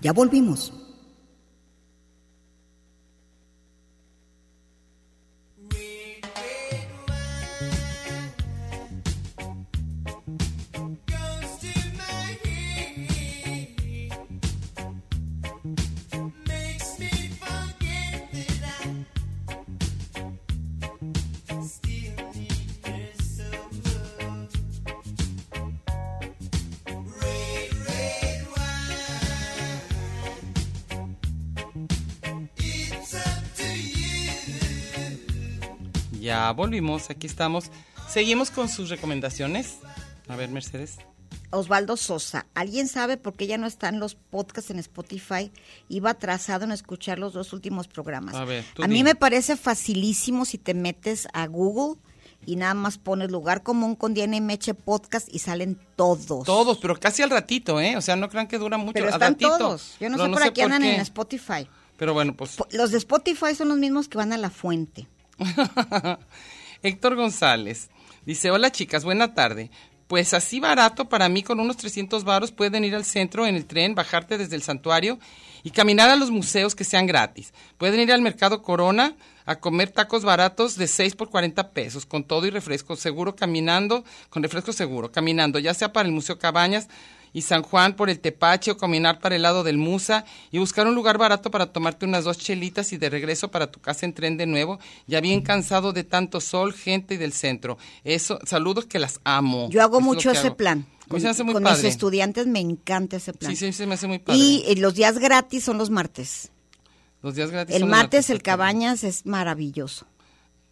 Ya volvimos. Ya volvimos, aquí estamos. Seguimos con sus recomendaciones. A ver, Mercedes. Osvaldo Sosa, ¿alguien sabe por qué ya no están los podcasts en Spotify? Iba atrasado en escuchar los dos últimos programas. A ver, tú mí di. me parece facilísimo si te metes a Google y nada más pones lugar común con Diana y Meche podcast y salen todos. Todos, pero casi al ratito, ¿eh? O sea, no crean que dura mucho. Pues Pero al están ratito. todos. Yo no Pero sé por aquí andan qué. en Spotify. Pero bueno, pues. Po- Los de Spotify son los mismos que van a la fuente. Héctor González dice: Hola chicas, buena tarde. Pues así barato para mí, con unos 300 varos pueden ir al centro en el tren, bajarte desde el santuario y caminar a los museos que sean gratis. Pueden ir al mercado Corona a comer tacos baratos de 6 por 40 pesos, con todo y refresco seguro, caminando, con refresco seguro, caminando, ya sea para el Museo Cabañas y San Juan por el Tepache o caminar para el lado del Musa y buscar un lugar barato para tomarte unas dos chelitas y de regreso para tu casa en tren de nuevo, ya bien cansado de tanto sol, gente y del centro. Eso, saludos que las amo. Yo hago Eso es lo mucho que ese hago. plan. A mí se me hace muy con mis padre. estudiantes me encanta ese plan. Sí, sí, se me hace muy padre. y eh, los días gratis son los martes. Los días gratis. El son martes el está padre. Cabañas es maravilloso.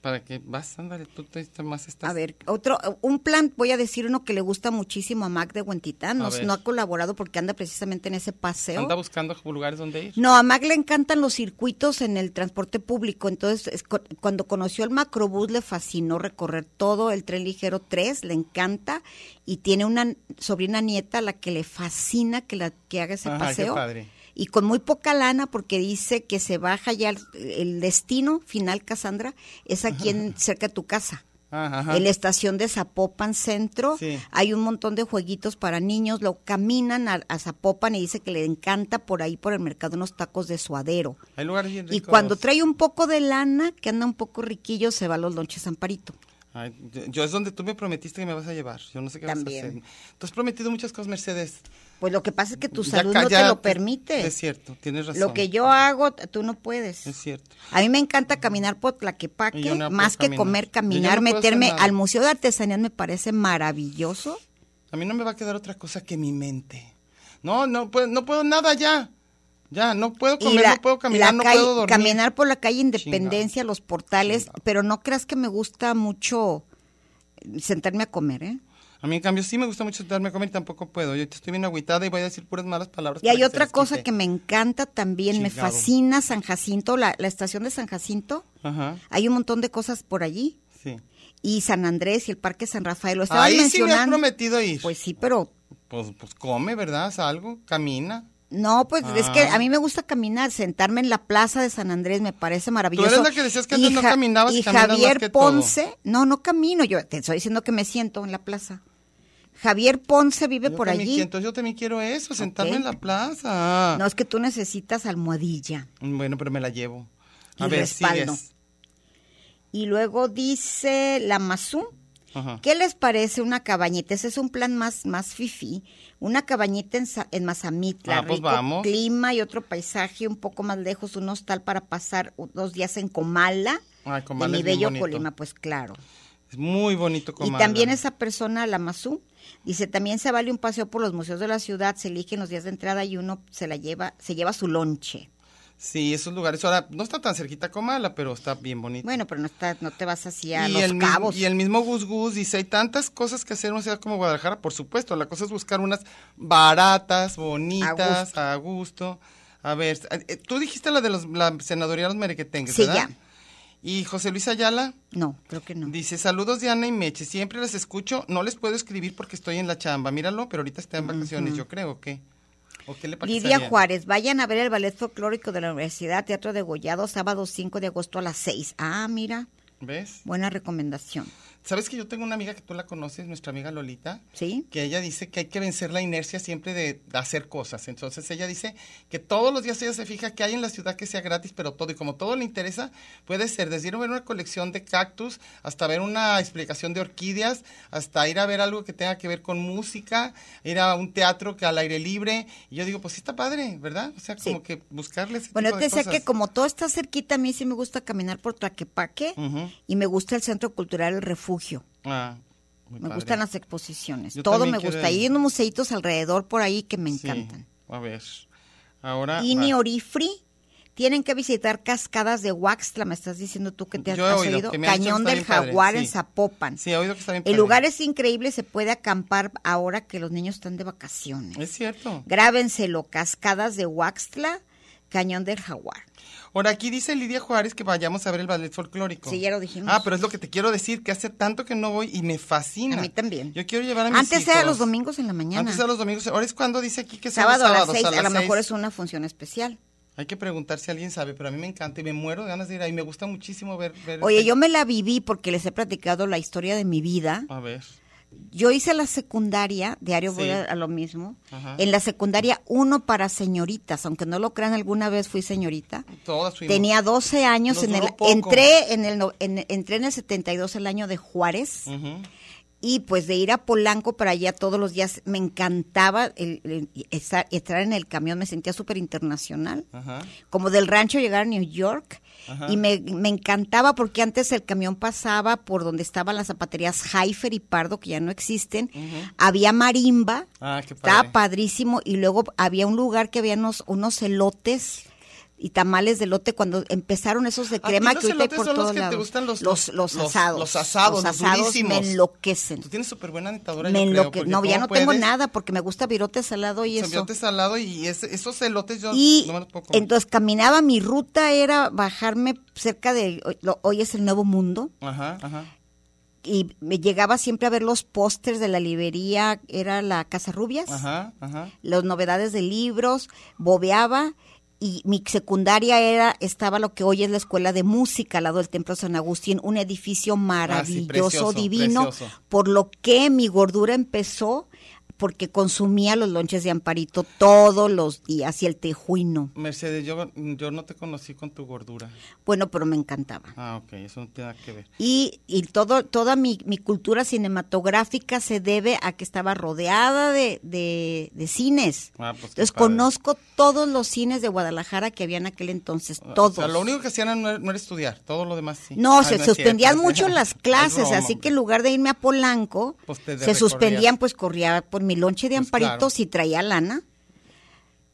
Para que vas, ándale, tú te, te- más estás. A ver, otro, un plan, voy a decir uno que le gusta muchísimo a Mac de Huentitán, A no, ver. no ha colaborado porque anda precisamente en ese paseo. Anda buscando lugares donde ir. No, a Mac le encantan los circuitos en el transporte público. Entonces, es co- cuando conoció el macrobús, le fascinó recorrer todo el tren ligero 3, le encanta. Y tiene una sobrina nieta a la que le fascina que, la, que haga ese Ajá, qué paseo. padre. Y con muy poca lana, porque dice que se baja ya el, el destino final, Cassandra, es aquí en, cerca de tu casa. Ajá, ajá. En la estación de Zapopan Centro Sí. hay un montón de jueguitos para niños, lo caminan a, a Zapopan y dice que le encanta por ahí por el mercado unos tacos de suadero. Hay lugares bien Y ricos. cuando trae un poco de lana, que anda un poco riquillo, se va a los lonches Amparito. Ay, yo, yo es donde tú me prometiste que me vas a llevar. Yo no sé qué También. vas a hacer. Tú has prometido muchas cosas, Mercedes. Pues lo que pasa es que tu Ya salud ca- no ya te lo te- permite. Es cierto, tienes razón. Lo que yo hago, t- tú no puedes. Es cierto. A mí me encanta caminar por Y yo Tlaquepaque, no puedo más que caminar. comer, Yo ya no caminar, puedo hacer meterme nada. al Museo de Artesanías me parece maravilloso. A mí no me va a quedar otra cosa que mi mente. No, no puedo, no puedo nada ya. Ya, no puedo Y comer, la- no puedo caminar, la no calle- puedo dormir. Caminar por la calle Independencia, Chingado. los portales, Chingado. pero no creas que me gusta mucho eh, sentarme a comer, ¿eh? A mí, en cambio, sí me gusta mucho darme a comer y tampoco puedo. Yo estoy bien agüitada y voy a decir puras malas Y palabras. para hay que se otra les cosa quite. que me encanta también, me Chingado. fascina San Jacinto, la, la estación de San Jacinto. Ajá, Hay un montón de cosas por allí. sí. Y San Andrés y el Parque San Rafael. Lo estabas Ahí sí me has mencionando. prometido ir. pues sí, pero pues, pues come, ¿verdad? Haz algo, camina. No, pues es que Ah. a mí me gusta caminar, sentarme en la plaza de San Andrés me parece maravilloso. Tú eres la que decías que antes no Ja- caminabas y Y caminas más Javier que todo. Ponce, no, no camino, yo te estoy diciendo que me siento en la plaza. Javier Ponce vive Yo por también allí. quiero- Entonces yo también quiero eso, sentarme Ok. en la plaza. No es que tú necesitas almohadilla. Bueno, pero me la llevo. A Y ver, respaldo. sigues. Y luego dice la Mazú, Ajá. ¿qué les parece una cabañita? Ese es un plan más más fifí, una cabañita en, Sa- en Mazamitla, Ah, pues rico vamos. clima y otro paisaje un poco más lejos, un hostal para pasar u- dos días en Comala. Ay, Comala de mi es bien bello bonito. Colima, pues claro. Es muy bonito Y Comala. también esa persona, la Mazú, dice, también se vale un paseo por los museos de la ciudad, se eligen los días de entrada y uno se la lleva, se lleva su lonche. Sí, esos lugares. Ahora, no está tan cerquita Comala, pero está bien bonito. Bueno, pero no, está, no te vas así a y, los el mi- cabos. y el mismo Gus Gus dice, hay tantas cosas que hacer en una ciudad como Guadalajara, por supuesto. La cosa es buscar unas baratas, bonitas, a gusto. A ver, eh, tú dijiste la de los, la senadoría de los merequetengues, Sí, ¿verdad? ya. Y José Luis Ayala No, creo que no. dice, saludos Diana y Meche, siempre las escucho, no les puedo escribir porque estoy en la chamba, míralo, pero ahorita está en vacaciones, yo creo, ¿o qué? ¿O qué le Lidia pasaría? Juárez, vayan a ver el ballet folclórico de la Universidad Teatro de Gollado, sábado 5 de agosto a las 6. Ah, mira, ¿Ves? buena recomendación. ¿Sabes que yo tengo una amiga que tú la conoces, nuestra amiga Lolita? ¿Sí? que ella dice que hay que vencer la inercia siempre de hacer cosas. Entonces ella dice que todos los días ella se fija que hay en la ciudad que sea gratis, pero todo, y como todo le interesa, puede ser desde ir a ver una colección de cactus, hasta ver una explicación de orquídeas, hasta ir a ver algo que tenga que ver con música, ir a un teatro que al aire libre. Y yo digo, pues sí está padre, ¿verdad? O sea, como Sí. que buscarle ese Bueno, yo tipo te de decía cosas. que como todo está cerquita, a mí sí me gusta caminar por Tlaquepaque Ujú. y me gusta el Centro Cultural El Refugio. Ah, muy Me padre. gustan las exposiciones. Yo Todo también me quiero gusta. ir. Y hay unos museitos alrededor por ahí que me Sí. encantan. A ver. Ahora. Ini Ah, va. Orifri Tienen que visitar cascadas de Huaxtla, me estás diciendo tú que te has, Yo he has oído, oído. que me han dicho Cañón que está del bien padre, Jaguar en sí. Zapopan. Sí, he oído que está bien El padre. lugar es increíble, se puede acampar ahora que los niños están de vacaciones. Es cierto. Grábenselo, cascadas de Huaxtla, Cañón del Jaguar. Ahora, aquí dice Lidia Juárez que vayamos a ver el ballet folclórico. Sí, ya lo dijimos. Ah, pero es lo que te quiero decir, que hace tanto que no voy y me fascina. A mí también. Yo quiero llevar a mis Antes hijos. era los domingos en la mañana. Antes era los domingos. Ahora es cuando dice aquí que son sábado los a las sábados, seis, a, lo las mejor seis. es una función especial. Hay que preguntar si alguien sabe, pero a mí me encanta y me muero de ganas de ir ahí. Me gusta muchísimo ver... ver- este Oye, yo me la viví porque les he platicado la historia de mi vida. A ver. Yo hice la secundaria, diario voy Sí. a, a lo mismo. Ajá. En la secundaria uno para señoritas, aunque no lo crean, alguna vez fui señorita. Todas fuimos. Tenía 12 años, Nos en duró el, poco. entré en el no- en- entré en el 72 el año de Juárez Ujú. y pues de ir a Polanco para allá todos los días me encantaba el- el- estar, estar en el camión, me sentía súper internacional Ajá. como del rancho llegar a New York Ajá. y me, me encantaba porque antes el camión pasaba por donde estaban las zapaterías Haifer y Pardo que ya no existen, había marimba, Ah, qué padre. estaba padrísimo y luego había un lugar que había unos, unos elotes y tamales de elote cuando empezaron esos de ti crema los que ahorita hay Ah, elotes por son los todos que te lados. gustan, los- los, los los- asados. los asados, los me durísimos. enloquecen. Tú tienes súper buena dentadura, Me yo creo, enloque- porque no, ya ¿cómo no tengo puedes? nada porque me gusta virote salado y eso. Sembriotes al lado y ese- esos elotes yo Y no me los puedo comer. entonces caminaba, mi ruta era bajarme cerca de, lo- hoy es el nuevo mundo, Ajá, ajá. y me llegaba siempre a ver los pósters de la librería, era la Casa Rubias, Ajá, ajá. las novedades de libros, bobeaba, y mi secundaria era, estaba lo que hoy es la Escuela de Música, al lado del Templo San Agustín, un edificio maravilloso, Ah, precioso, divino, precioso. por lo que mi gordura empezó porque consumía los lonches de Amparito todos los días y el tejuino. Mercedes, yo, yo no te conocí con tu gordura. Bueno, pero me encantaba. Ah, ok, eso no tiene nada que ver. Y, y todo, toda mi, mi cultura cinematográfica se debe a que estaba rodeada de, de- de cines. Ah, pues, qué entonces padre. conozco todos los cines de Guadalajara que había en aquel entonces, todos. Ah, O sea, lo único que hacían era no, no era estudiar, todo lo demás sí. No, Ay, se es suspendían cierto. mucho las Es clases, broma, así que en hombre. lugar de irme a Polanco, Pues te se recorrías. suspendían, pues corría por mi lonche de Pues, amparitos claro. y traía lana.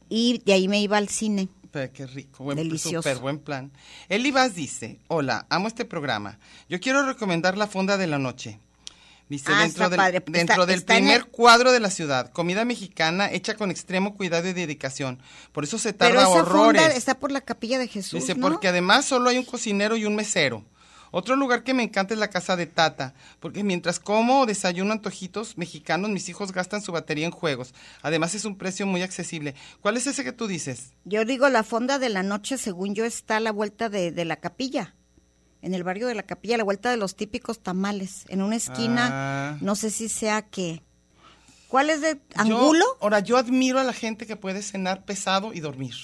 Y de ahí me iba al cine. Pero qué rico, buen, Delicioso. Super buen plan. Eli Vaz dice, hola, amo este programa. Yo quiero recomendar la fonda de la noche. Dice, Ah, dentro está del, padre. dentro Está- del está en primer el- cuadro de la ciudad, comida mexicana hecha con extremo cuidado y dedicación. Por eso se tarda Pero esa horrores. fonda está por la capilla de Jesús. Dice, ¿no? porque además solo hay un cocinero y un mesero. Otro lugar que me encanta es la casa de Tata, porque mientras como o desayuno antojitos mexicanos, mis hijos gastan su batería en juegos. Además es un precio muy accesible. ¿Cuál es ese que tú dices? Yo digo, la fonda de la noche, según yo, está a la vuelta de, de la capilla, en el barrio de la capilla, a la vuelta de los típicos tamales, en una esquina, Ah. no sé si sea que... ¿Cuál es de Angulo? Yo- ahora, yo admiro a la gente que puede cenar pesado y dormir.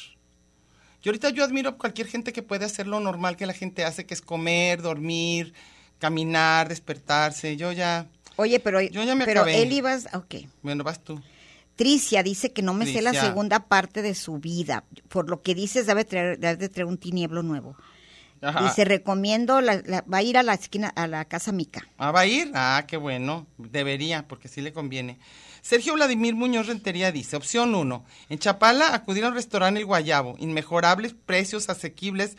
Yo ahorita yo admiro a cualquier gente que puede hacer lo normal que la gente hace, que es comer, dormir, caminar, despertarse. Yo ya... Oye, pero, Yo ya me pero acabé. él ibas... Ok. Bueno, vas tú. Tricia dice que no me sé la Tricia. segunda parte de su vida. Por lo que dices, debe, traer, debe traer un tinieblo nuevo. Ajá. Dice, recomiendo, la- la- va a ir a la esquina, a la casa Mica. Ah, va a ir. Ah, qué bueno. Debería, porque sí le conviene. Sergio Vladimir Muñoz Rentería dice, opción 1, en Chapala acudir al restaurante El Guayabo, inmejorables, precios asequibles,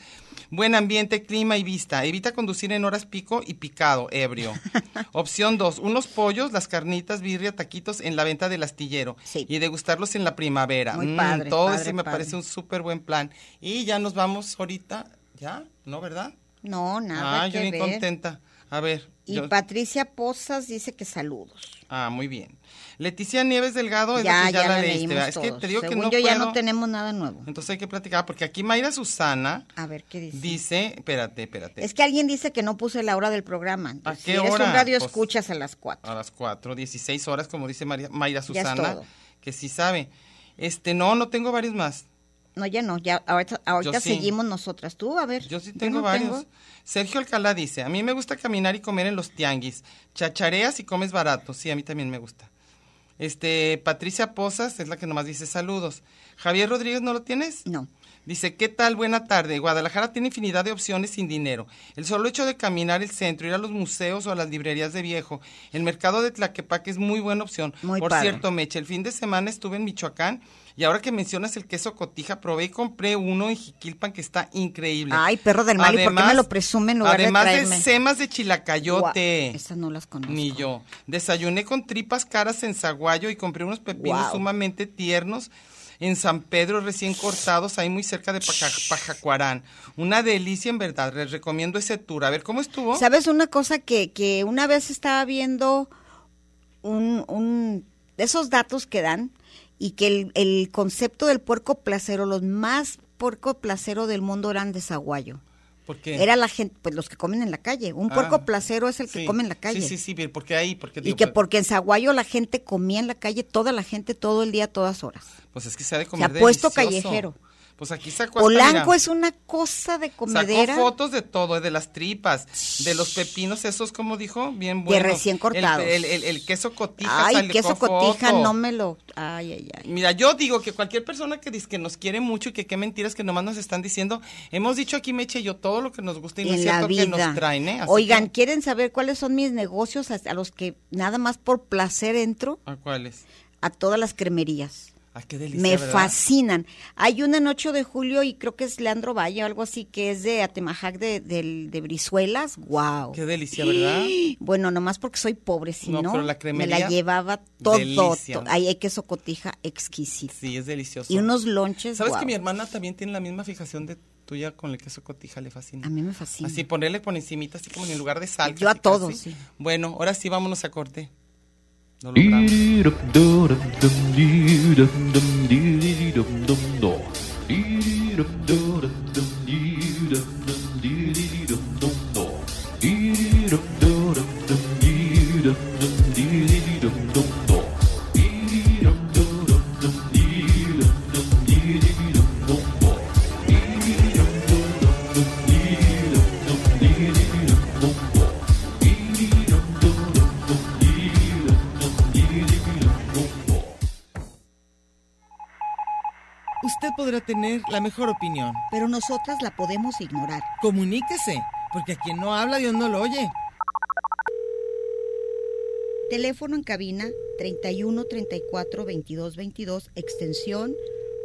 buen ambiente, clima y vista, evita conducir en horas pico y picado, ebrio. opción 2, unos pollos, las carnitas, birria, taquitos en la venta del astillero Sí. y degustarlos en la primavera. Muy Mm, padre, todo padre, eso me padre. parece un súper buen plan. Y ya nos vamos ahorita, ¿ya? ¿No, verdad? No, nada ah, que yo bien ver. contenta. A ver. Y yo- Patricia Pozas dice que saludos. Ah, muy bien. Leticia Nieves Delgado es ya, la que ya, la, leíste. leímos ¿verdad? Es todos. que te digo Según que no yo ya puedo. no tenemos nada nuevo. Entonces hay que platicar, porque aquí Mayra Susana A ver qué dice. dice, espérate, espérate, Es que alguien dice que no puse la hora del programa. Entonces, qué si eres hora? un radio Pues, escuchas a las cuatro. a las 4, 16 horas, como dice María, Ya Mayra es Susana, todo. que sí sabe. Este, no, no tengo varios más. No, ya no, ya ahorita, ahorita sí. seguimos nosotras. Tú, a ver. Yo sí no tengo varios. tengo. Sergio Alcalá dice, a mí me gusta caminar y comer en los tianguis. Chachareas y comes barato. Sí, a mí también me gusta. Este, Patricia Pozas es la que nomás dice saludos. Javier Rodríguez, ¿no lo tienes? No. Dice, ¿qué tal? Buena tarde. Guadalajara tiene infinidad de opciones sin dinero. El solo hecho de caminar el centro, ir a los museos o a las librerías de viejo. El mercado de Tlaquepaque es muy buena opción. Muy Por padre. cierto, Meche, el fin de semana estuve en Michoacán y ahora que mencionas el queso cotija, probé y compré uno en Jiquilpan que está increíble. Ay, perro del mal, ¿y por qué me lo presume en lugar de además traerme? semas de chilacayote. Gua- Esas no las conozco. Ni yo. Desayuné con tripas caras en Zaguayo y compré unos pepinos Guau. sumamente tiernos en San Pedro, recién cortados, ahí muy cerca de Paca- Pajacuarán. Una delicia, en verdad. Les recomiendo ese tour. A ver, ¿cómo estuvo? ¿Sabes una cosa que, que una vez estaba viendo un, un- de esos datos que dan y que el, el concepto del puerco placero, los más puerco placero del mundo eran de Zaguayo. Porque Era la gente, pues los que comen en la calle. Un puerco placero es el que come en la calle. Ah, Sí, sí, sí. bien, Porque ahí, porque Y digo, que pues- porque en Zaguayo la gente comía en la calle, toda la gente, todo el día, a todas horas. Pues es que se ha de comer puesto delicioso. callejero. Pues aquí sacó hasta, mira, Polanco es una cosa de comedera. Sacó fotos de todo, de las tripas, de los pepinos, esos, como dijo, bien De buenos. recién El- cortados. El, el- el queso cotija. Ay, sacó queso cotija, foto. no me lo... Ay, ay, ay. Mira, yo digo que cualquier persona que dice que nos quiere mucho y que qué mentiras que nomás nos están diciendo, hemos dicho aquí Meche y yo todo lo que nos gusta y no es en la cierto vida. que nos traen, ¿eh? Así Oigan, que- ¿quieren saber cuáles son mis negocios a, a los que nada más por placer entro? ¿a cuáles? A todas las cremerías. Ay, qué delicia, Me ¿verdad? fascinan. Hay una en 8 de julio y creo que es Leandro Valle o algo así, que es de Atemajac de, del- de Brizuelas. ¡Wow! Qué delicia, ¿verdad? Bueno, nomás porque soy pobre, si no, No, pero la me cremería, la llevaba todo. delicia. to- Ahí hay queso cotija exquisito. Sí, es delicioso. Y unos lonches. ¿Sabes guau. que mi hermana también tiene la misma fijación de tuya con el queso cotija? Le fascina. A mí me fascina. Así ponerle por encimita, así como en el lugar de sal. Yo a casi, todo, casi. sí. Bueno, ahora sí vámonos a corte. Lo logramos. Usted podrá tener la mejor opinión. Pero nosotras la podemos ignorar. Comuníquese, porque a quien no habla Dios no lo oye. Teléfono en cabina 31 34 22 22, extensión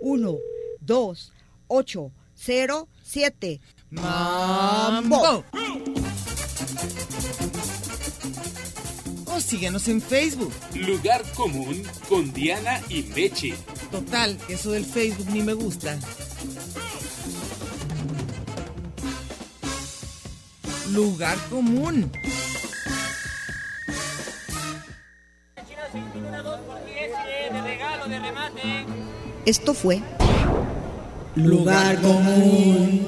1 2 8 0 7. ¡Mambo! O síguenos en Facebook. Lugar común con Diana y Meche. Total, eso del Facebook ni me gusta. Lugar común. Esto fue Lugar común.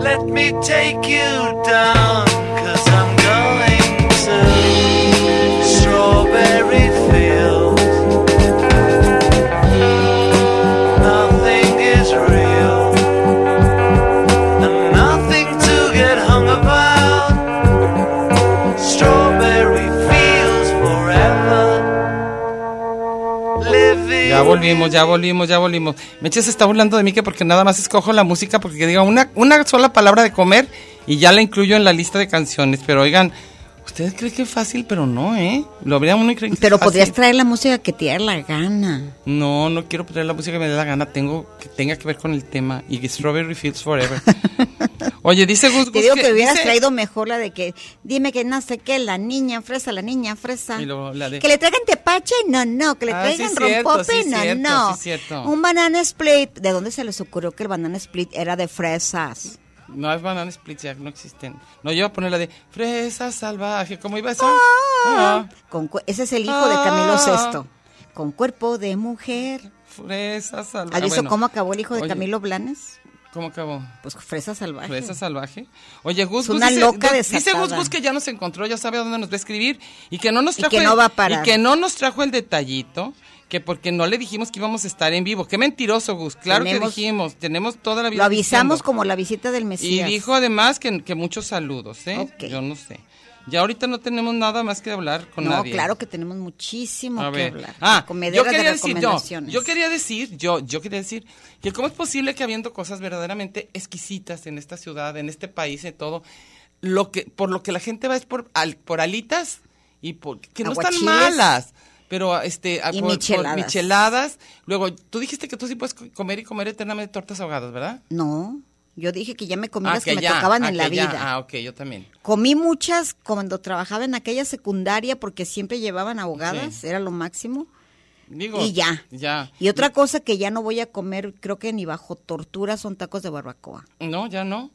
Let me take you down, cause I'm going to strawberry fields. Nothing is real, and nothing to get hung about. Strawberry fields forever. Living. Ya volvimos, ya volvimos, ya volvimos. Meche se está burlando de mí que porque nada más escojo la música porque diga una, una sola palabra de comer y ya la incluyo en la lista de canciones. Pero oigan, ustedes creen que es fácil, pero no, ¿eh? Lo habría uno y creen que es Pero fácil. podrías traer la música que te dé la gana. No, no quiero poner la música que me dé la gana. Tengo que tenga que ver con el tema. Y Strawberry Fields Forever. Oye, dice Gus Te Gus digo que hubieras Pues dice- traído mejor la de que dime que no sé qué, la niña fresa, la niña fresa. Y luego la de- Que le traigan tepache, no, no. Que le Ah, traigan sí, cierto, rompope, sí, no, cierto, no. sí, cierto. Un banana split. ¿De dónde se les ocurrió que el banana split era de fresas? No, es Banana Split Jack, no existen. No, yo iba a poner la de Fresa Salvaje. ¿Cómo iba eso? Ah, Ah. con cu- ese es el hijo de Camilo Ah. VI. Con cuerpo de mujer. Fresa salvaje. ¿Has visto Ah, bueno. cómo acabó el hijo de Oye, Camilo Blanes? ¿Cómo acabó? Pues fresa salvaje. Fresa salvaje. Oye, Gus Es Gus una dice, loca Gus- dice desatada. Gus Gus que ya nos encontró, ya sabe a dónde nos va a escribir y que no nos Y trajo que el- no va a parar. y que no nos trajo el detallito, que porque no le dijimos que íbamos a estar en vivo. Qué mentiroso, Gus. Claro Tenemos- que dijimos, tenemos toda la vida Lo avisamos diciendo. como la visita del Y Mesías. dijo además que, que muchos saludos, ¿eh? Ok. Yo no sé. Ya ahorita no tenemos nada más que hablar con no, nadie. claro que tenemos muchísimo A que ver. hablar. Ah, yo Comedera de quería decir, yo, recomendaciones. yo quería decir, yo, yo quería decir que cómo es posible que habiendo cosas verdaderamente exquisitas en esta ciudad, en este país, en todo, lo que, por lo que la gente va es por, al- por alitas y por, que no están Aguachiles. malas. Pero este, a- Y por- por micheladas. micheladas. Luego, tú dijiste que tú sí puedes co- comer y comer eternamente tortas ahogadas, ¿verdad? No, yo dije que ya me comí Ah, las que, me ya, tocaban ah, en la que ya. vida. Ah, ok, yo también. Comí muchas cuando trabajaba en aquella secundaria porque siempre llevaban ahogadas, Sí. era lo máximo. Digo, y ya. Ya. Y otra cosa que ya no voy a comer, creo que ni bajo tortura, son tacos de barbacoa. No, ya no.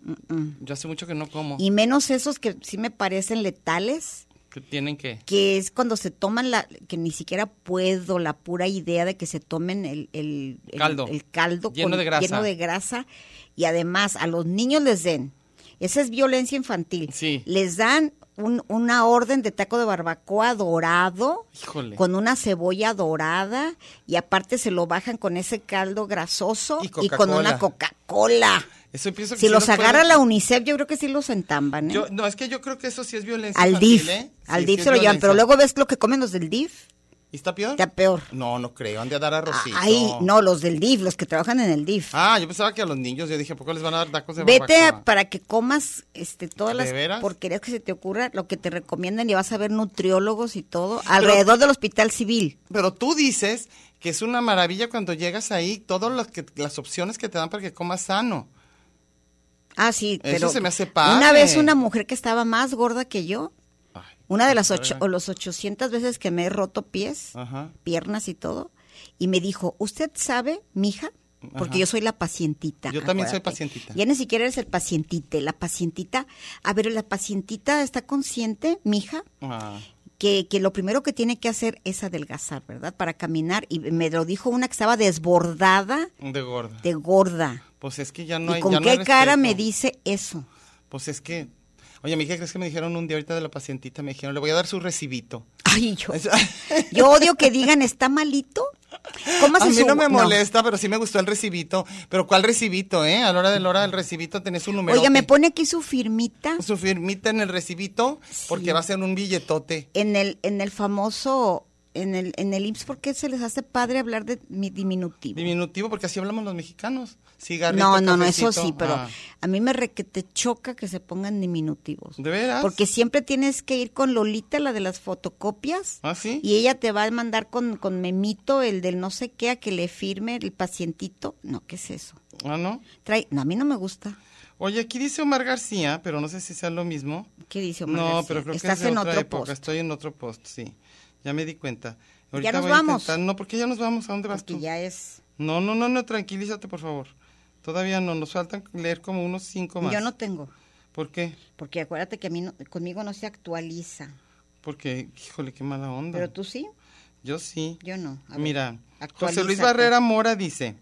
Yo hace mucho que no como. Mm, Y menos esos que sí me parecen letales, ¿Qué tienen que? que es cuando se toman la, que ni siquiera puedo, la pura idea de que se tomen el, el, el- Caldo. el caldo Lleno de grasa. lleno de grasa. Y además a los niños les den, esa es violencia infantil, Sí. les dan un- una orden de taco de barbacoa dorado. Híjole. Con una cebolla dorada y aparte se lo bajan con ese caldo grasoso Y y con una Coca-Cola. Coca-Cola. Eso pienso que Si sí los puede- agarra la UNICEF, yo creo que sí los entamban. ¿eh? Yo- no, es que yo creo que eso sí es violencia. al infantil, DIF. ¿eh? Al Sí, DIF sí se es lo llevan. Pero violencia. luego ves lo que comen los del DIF. ¿Y está peor? Está peor. No, no creo. Han de dar arrocito. Ahí, no, los del DIF, los que trabajan en el DIF. Oh, Ah, yo pensaba que a los niños. Yo dije, ¿por qué les van a dar tacos de Vete a- barbacoa? para que comas este, todas ¿De las veras? porquerías que se te ocurra, lo que te recomiendan y vas a ver nutriólogos y todo alrededor del hospital civil. Pero tú dices que es una maravilla cuando llegas ahí, todas las, que- las opciones que te dan para que comas sano. Ah, sí, Eso pero se me hace padre. una vez una mujer que estaba más gorda que yo, Ay, una de las qué ocho, padre. o los 800 veces que me he roto pies, Ajá. piernas y todo, y me dijo, ¿usted sabe, mija? Porque Ajá. yo soy la pacientita. Yo también soy acuérdate. pacientita. Ya ni siquiera eres el pacientite, la pacientita. A ver, la pacientita está consciente, mija, Ah, que, que lo primero que tiene que hacer es adelgazar, ¿verdad? Para caminar. Y me lo dijo una que estaba desbordada de gorda. de gorda. Pues es que ya no ¿Y hay ya con no hay qué cara respeto. me dice eso? Pues es que... Oye, a mí, ¿qué crees que me dijeron un día ahorita de la pacientita? Me dijeron, le voy a dar su recibito. Ay, yo. Es- Yo odio que digan, ¿está malito? ¿Cómo A se mí no me molesta, pero sí me gustó el recibito. Pero ¿cuál recibito, eh? A la hora de la hora del recibito tenés un número. Oiga, me pone aquí su firmita su firmita en el recibito porque Sí. va a ser un billetote. en el, en el famoso, en el, en el IMSS, ¿por qué se les hace padre hablar de mi diminutivo? Diminutivo porque así hablamos los mexicanos. Cigarrito, no, no, no, cafecito. eso sí, pero Ah, a mí me re que te choca que se pongan diminutivos. ¿De veras? Porque siempre tienes que ir con Lolita, la de las fotocopias, ¿Ah, sí? y ella te va a mandar con, con Memito, el del no sé qué, a que le firme el pacientito. No, ¿qué es eso? Ah, no. Trae, no, a mí no me gusta. Oye, aquí dice Omar García, pero no sé si sea lo mismo. ¿Qué dice Omar No, García? pero creo Estás que es de en otra otro época. post. Estoy en otro post, sí. Ya me di cuenta. nos voy a vamos. intentar- No, porque ya nos vamos. ¿A dónde vas Porque tú? ya es... No, no, no, no, tranquilízate, por favor. Todavía no, nos faltan leer como unos cinco más. Yo no tengo. ¿Por qué? Porque acuérdate que a mí no- conmigo no se actualiza. Porque, híjole, qué mala onda. Pero tú sí, Yo sí. yo no. A ver, Mira, José Luis actualízate. Barrera Mora dice,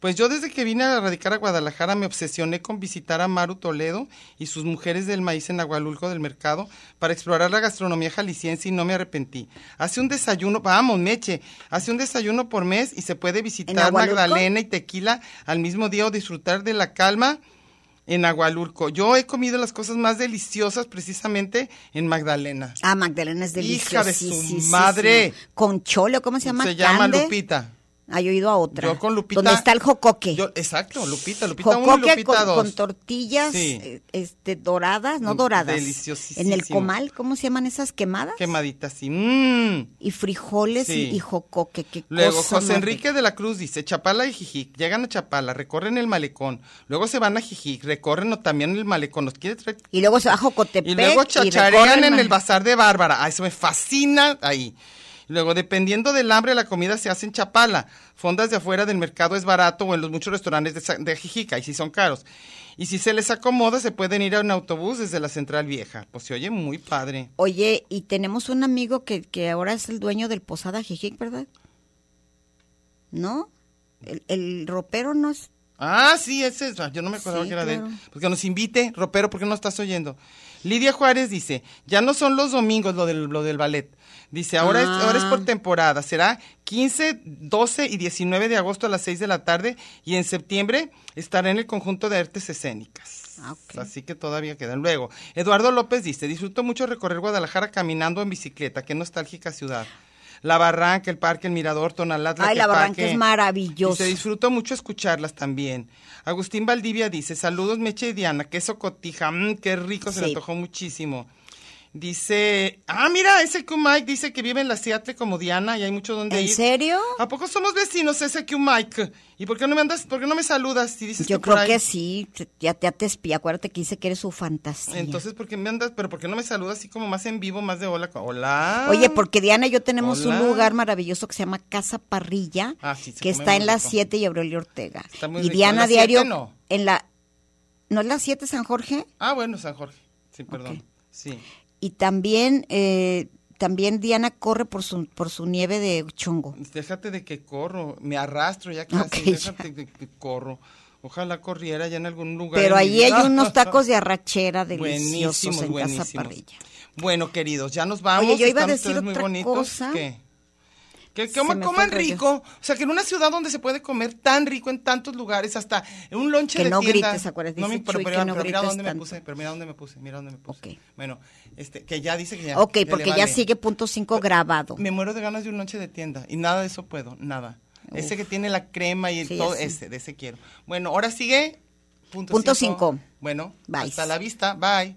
pues yo desde que vine a radicar a Guadalajara me obsesioné con visitar a Maru Toledo y sus mujeres del maíz en Agualulco del mercado para explorar la gastronomía jalisciense y no me arrepentí. Hace un desayuno, vamos, Meche, hace un desayuno por mes y se puede visitar Agualulco? Magdalena y Tequila al mismo día o disfrutar de la calma en Agualulco. Yo he comido las cosas más deliciosas precisamente en Magdalena. Ah, Magdalena es Hija deliciosa. de su madre. Con chole, ¿cómo se llama? Se llama Cande. Lupita. Ah, yo he ido a otra. Yo con Lupita. Donde está el jocoque. Yo- exacto, Lupita, Lupita 1 y jocoque Lupita con, 2. con tortillas Sí. eh, este, doradas, no Mm, doradas. deliciosísimo. En el comal, ¿cómo se llaman esas quemadas? Quemaditas, sí. Mm. Y frijoles Sí. y, y jocoque. qué Luego, cosa José más Enrique de la Cruz dice, Chapala y Jijic, llegan a Chapala, recorren el malecón, luego se van a Jijic, recorren o también el malecón, nos quiere traer... Y luego se va a Jocotepec. Y luego chacharean recorren en Ma- el bazar de Bárbara, Ah, eso me fascina ahí. Luego, dependiendo del hambre, la comida se hace en Chapala. Fondas de afuera del mercado es barato o en los muchos restaurantes de, Sa- de Jijica, y si son caros. Y si se les acomoda, se pueden ir en autobús desde la Central Vieja. Pues se oye muy padre. Oye, y tenemos un amigo que, que ahora es el dueño del Posada Jijic, ¿verdad? ¿No? El, el ropero no es. Ah, sí, ese es. Yo no me acordaba Sí, que era de él. claro. Porque nos invite, ropero, porque no estás oyendo? Lidia Juárez dice, ya no son los domingos lo del, lo del ballet. Dice, ahora, es, ahora es Ah. por temporada. Será 15, 12 y 19 de agosto a las 6 de la tarde y en septiembre estará en el conjunto de artes escénicas. Ah, ok. Así que todavía quedan. Luego, Eduardo López dice, disfruto mucho recorrer Guadalajara caminando en bicicleta. Qué nostálgica ciudad. La Barranca, el Parque, el Mirador, Tonalá, Ay, la Barranca Tlaquepaque. es maravillosa. Dice, disfruto mucho escucharlas también. Agustín Valdivia dice, saludos Meche y Diana, queso cotija, mm, qué rico, se le Sí. antojó muchísimo. Dice, ah, mira, ese Q Mike dice que vive en la Seattle como Diana y hay mucho donde ¿En ir. Ah, serio? ¿A poco somos vecinos ese Q Mike? ¿Y por qué no me andas, por qué no me saludas si dices Yo que por creo ahí? que sí. te- Ya, ya te espía. Acuérdate que dice que eres su fantasía. Entonces, ¿por qué me andas, pero por qué no me saludas así como más en vivo, más de hola? Hola. Oye, porque Diana y yo tenemos Ah. Hola. un lugar maravilloso que se llama Casa Parrilla, Ah, sí, se que come está muy en la rico. 7 y Aurelio Ortega. Está muy y rico. Diana ¿En la siete diario no? en la ¿No es la 7 San Jorge? Ah, bueno, San Jorge. Sí, perdón. Ok. Sí. Y también eh, también Diana corre por su por su nieve de chongo. Déjate de que corro, me arrastro ya casi, Ok, déjate ya. de que corro. Ojalá corriera ya en algún lugar. Pero en mi ahí hay vida. unos tacos de arrachera deliciosos buenísimos, en buenísimos. Casa Parrilla. Bueno, queridos, ya nos vamos. Oye, yo iba a están decir ustedes muy otra bonitos. cosa. ¿Qué? Que Se coma- me fue coman el rollo. rico, o sea, que en una ciudad donde se puede comer tan rico en tantos lugares, hasta en un lonche Que de no tienda. grites, acuérdate, No me dice pero, Chuy que pero- no pero mira grites dónde me tanto. puse, pero mira dónde me puse, mira dónde me puse. Ok. Bueno, este, que ya dice que ya. ok, ya le porque ya vale. sigue punto 5 grabado. Me muero de ganas de un lonche de tienda y nada de eso puedo, nada. Ese que tiene la crema y el Sí, todo, así. ese, de ese quiero. Bueno, ahora sigue. Punto, Punto cinco. cinco. Bueno, Bye. hasta la vista, bye.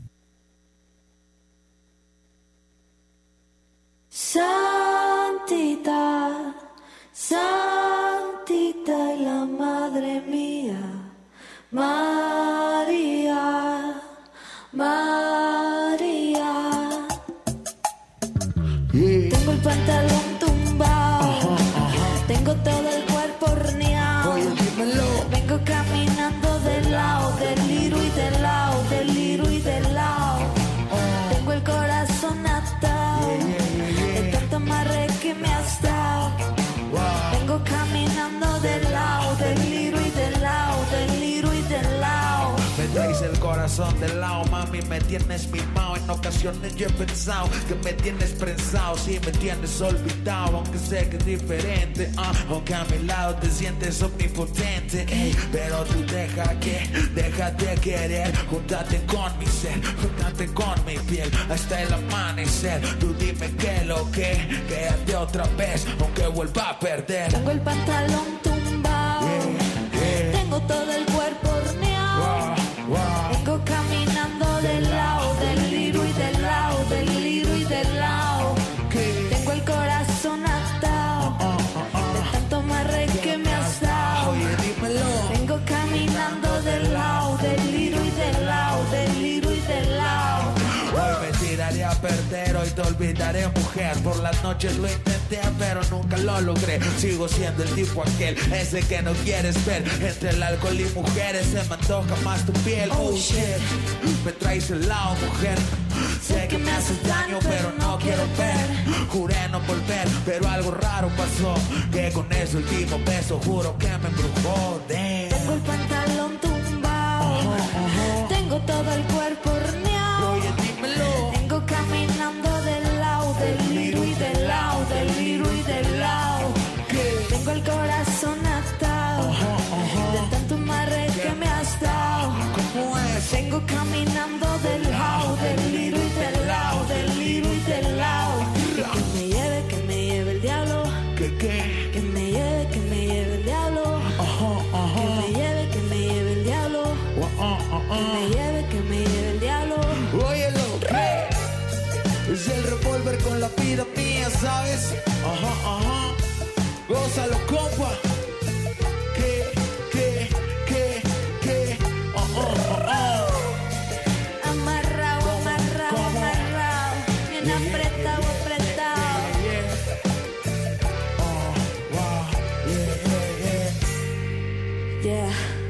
Santidad, santita y la madre mía, María, María. Tengo el pantalón tumbado, tengo todo el cuerpo horneado. Vengo caminando de lado, del liro y de lado, del liro y de lado. Tengo el corazón atado, de tanto amarre que me has dado. Vengo caminando de lado, del liro y de lado, del liro y de lado. Me traes el corazón de lado, mami, me tienes mimado. En ocasiones yo he pensado que me tienes prensado, si me tienes olvidado, aunque sé que es diferente. ah, aunque a mi lado te sientes omnipotente, ey, pero tú deja que, déjate querer. Júntate con mi ser, júntate con mi piel, hasta el amanecer. Tú dime que lo que, quédate otra vez, aunque vuelva a perder. Tengo el pantalón tumbado, tengo todo el cuerpo horneado. Vengo caminando del lado, del libro y del lado, del libro y del lado. Tengo el corazón Ah, atado, de tanto amarre que me has dado. Vengo caminando del lado, del libro y del lado, del libro y del lado. Hoy me tiraré a perder, hoy te olvidaré mujer Por las noches lo intenté pero nunca lo logré Sigo siendo el tipo aquel, ese que no quieres ver Entre el alcohol y mujeres se me antoja más tu piel Oh shit, me traes el lado mujer Sé que me haces daño pero no quiero ver Juré no volver, pero algo raro pasó Que con ese último beso juro que me embrujó Damn. Tengo el pantalón tumbado, tengo todo el cuerpo horneado. Oye dímelo Vengo caminando del lado, del libro y del lado, del libro y del lado. Tengo el corazón atado, de tanto amarre que me has dado. ¿Cómo es? Vengo caminando Ah, del lado, del libro y del lado, del libro y del lado. Que me lleve, que me lleve el diablo, ¿Qué qué? que me lleve, que me lleve el diablo. Que me lleve, que me lleve el diablo, Oh, oh, oh, que oh. me lleve, que me lleve el diablo. Óyelo, ¿qué? Es el revólver con la vida mía, ¿sabes? Ajá, ajá. Gózalo, compa. Yeah.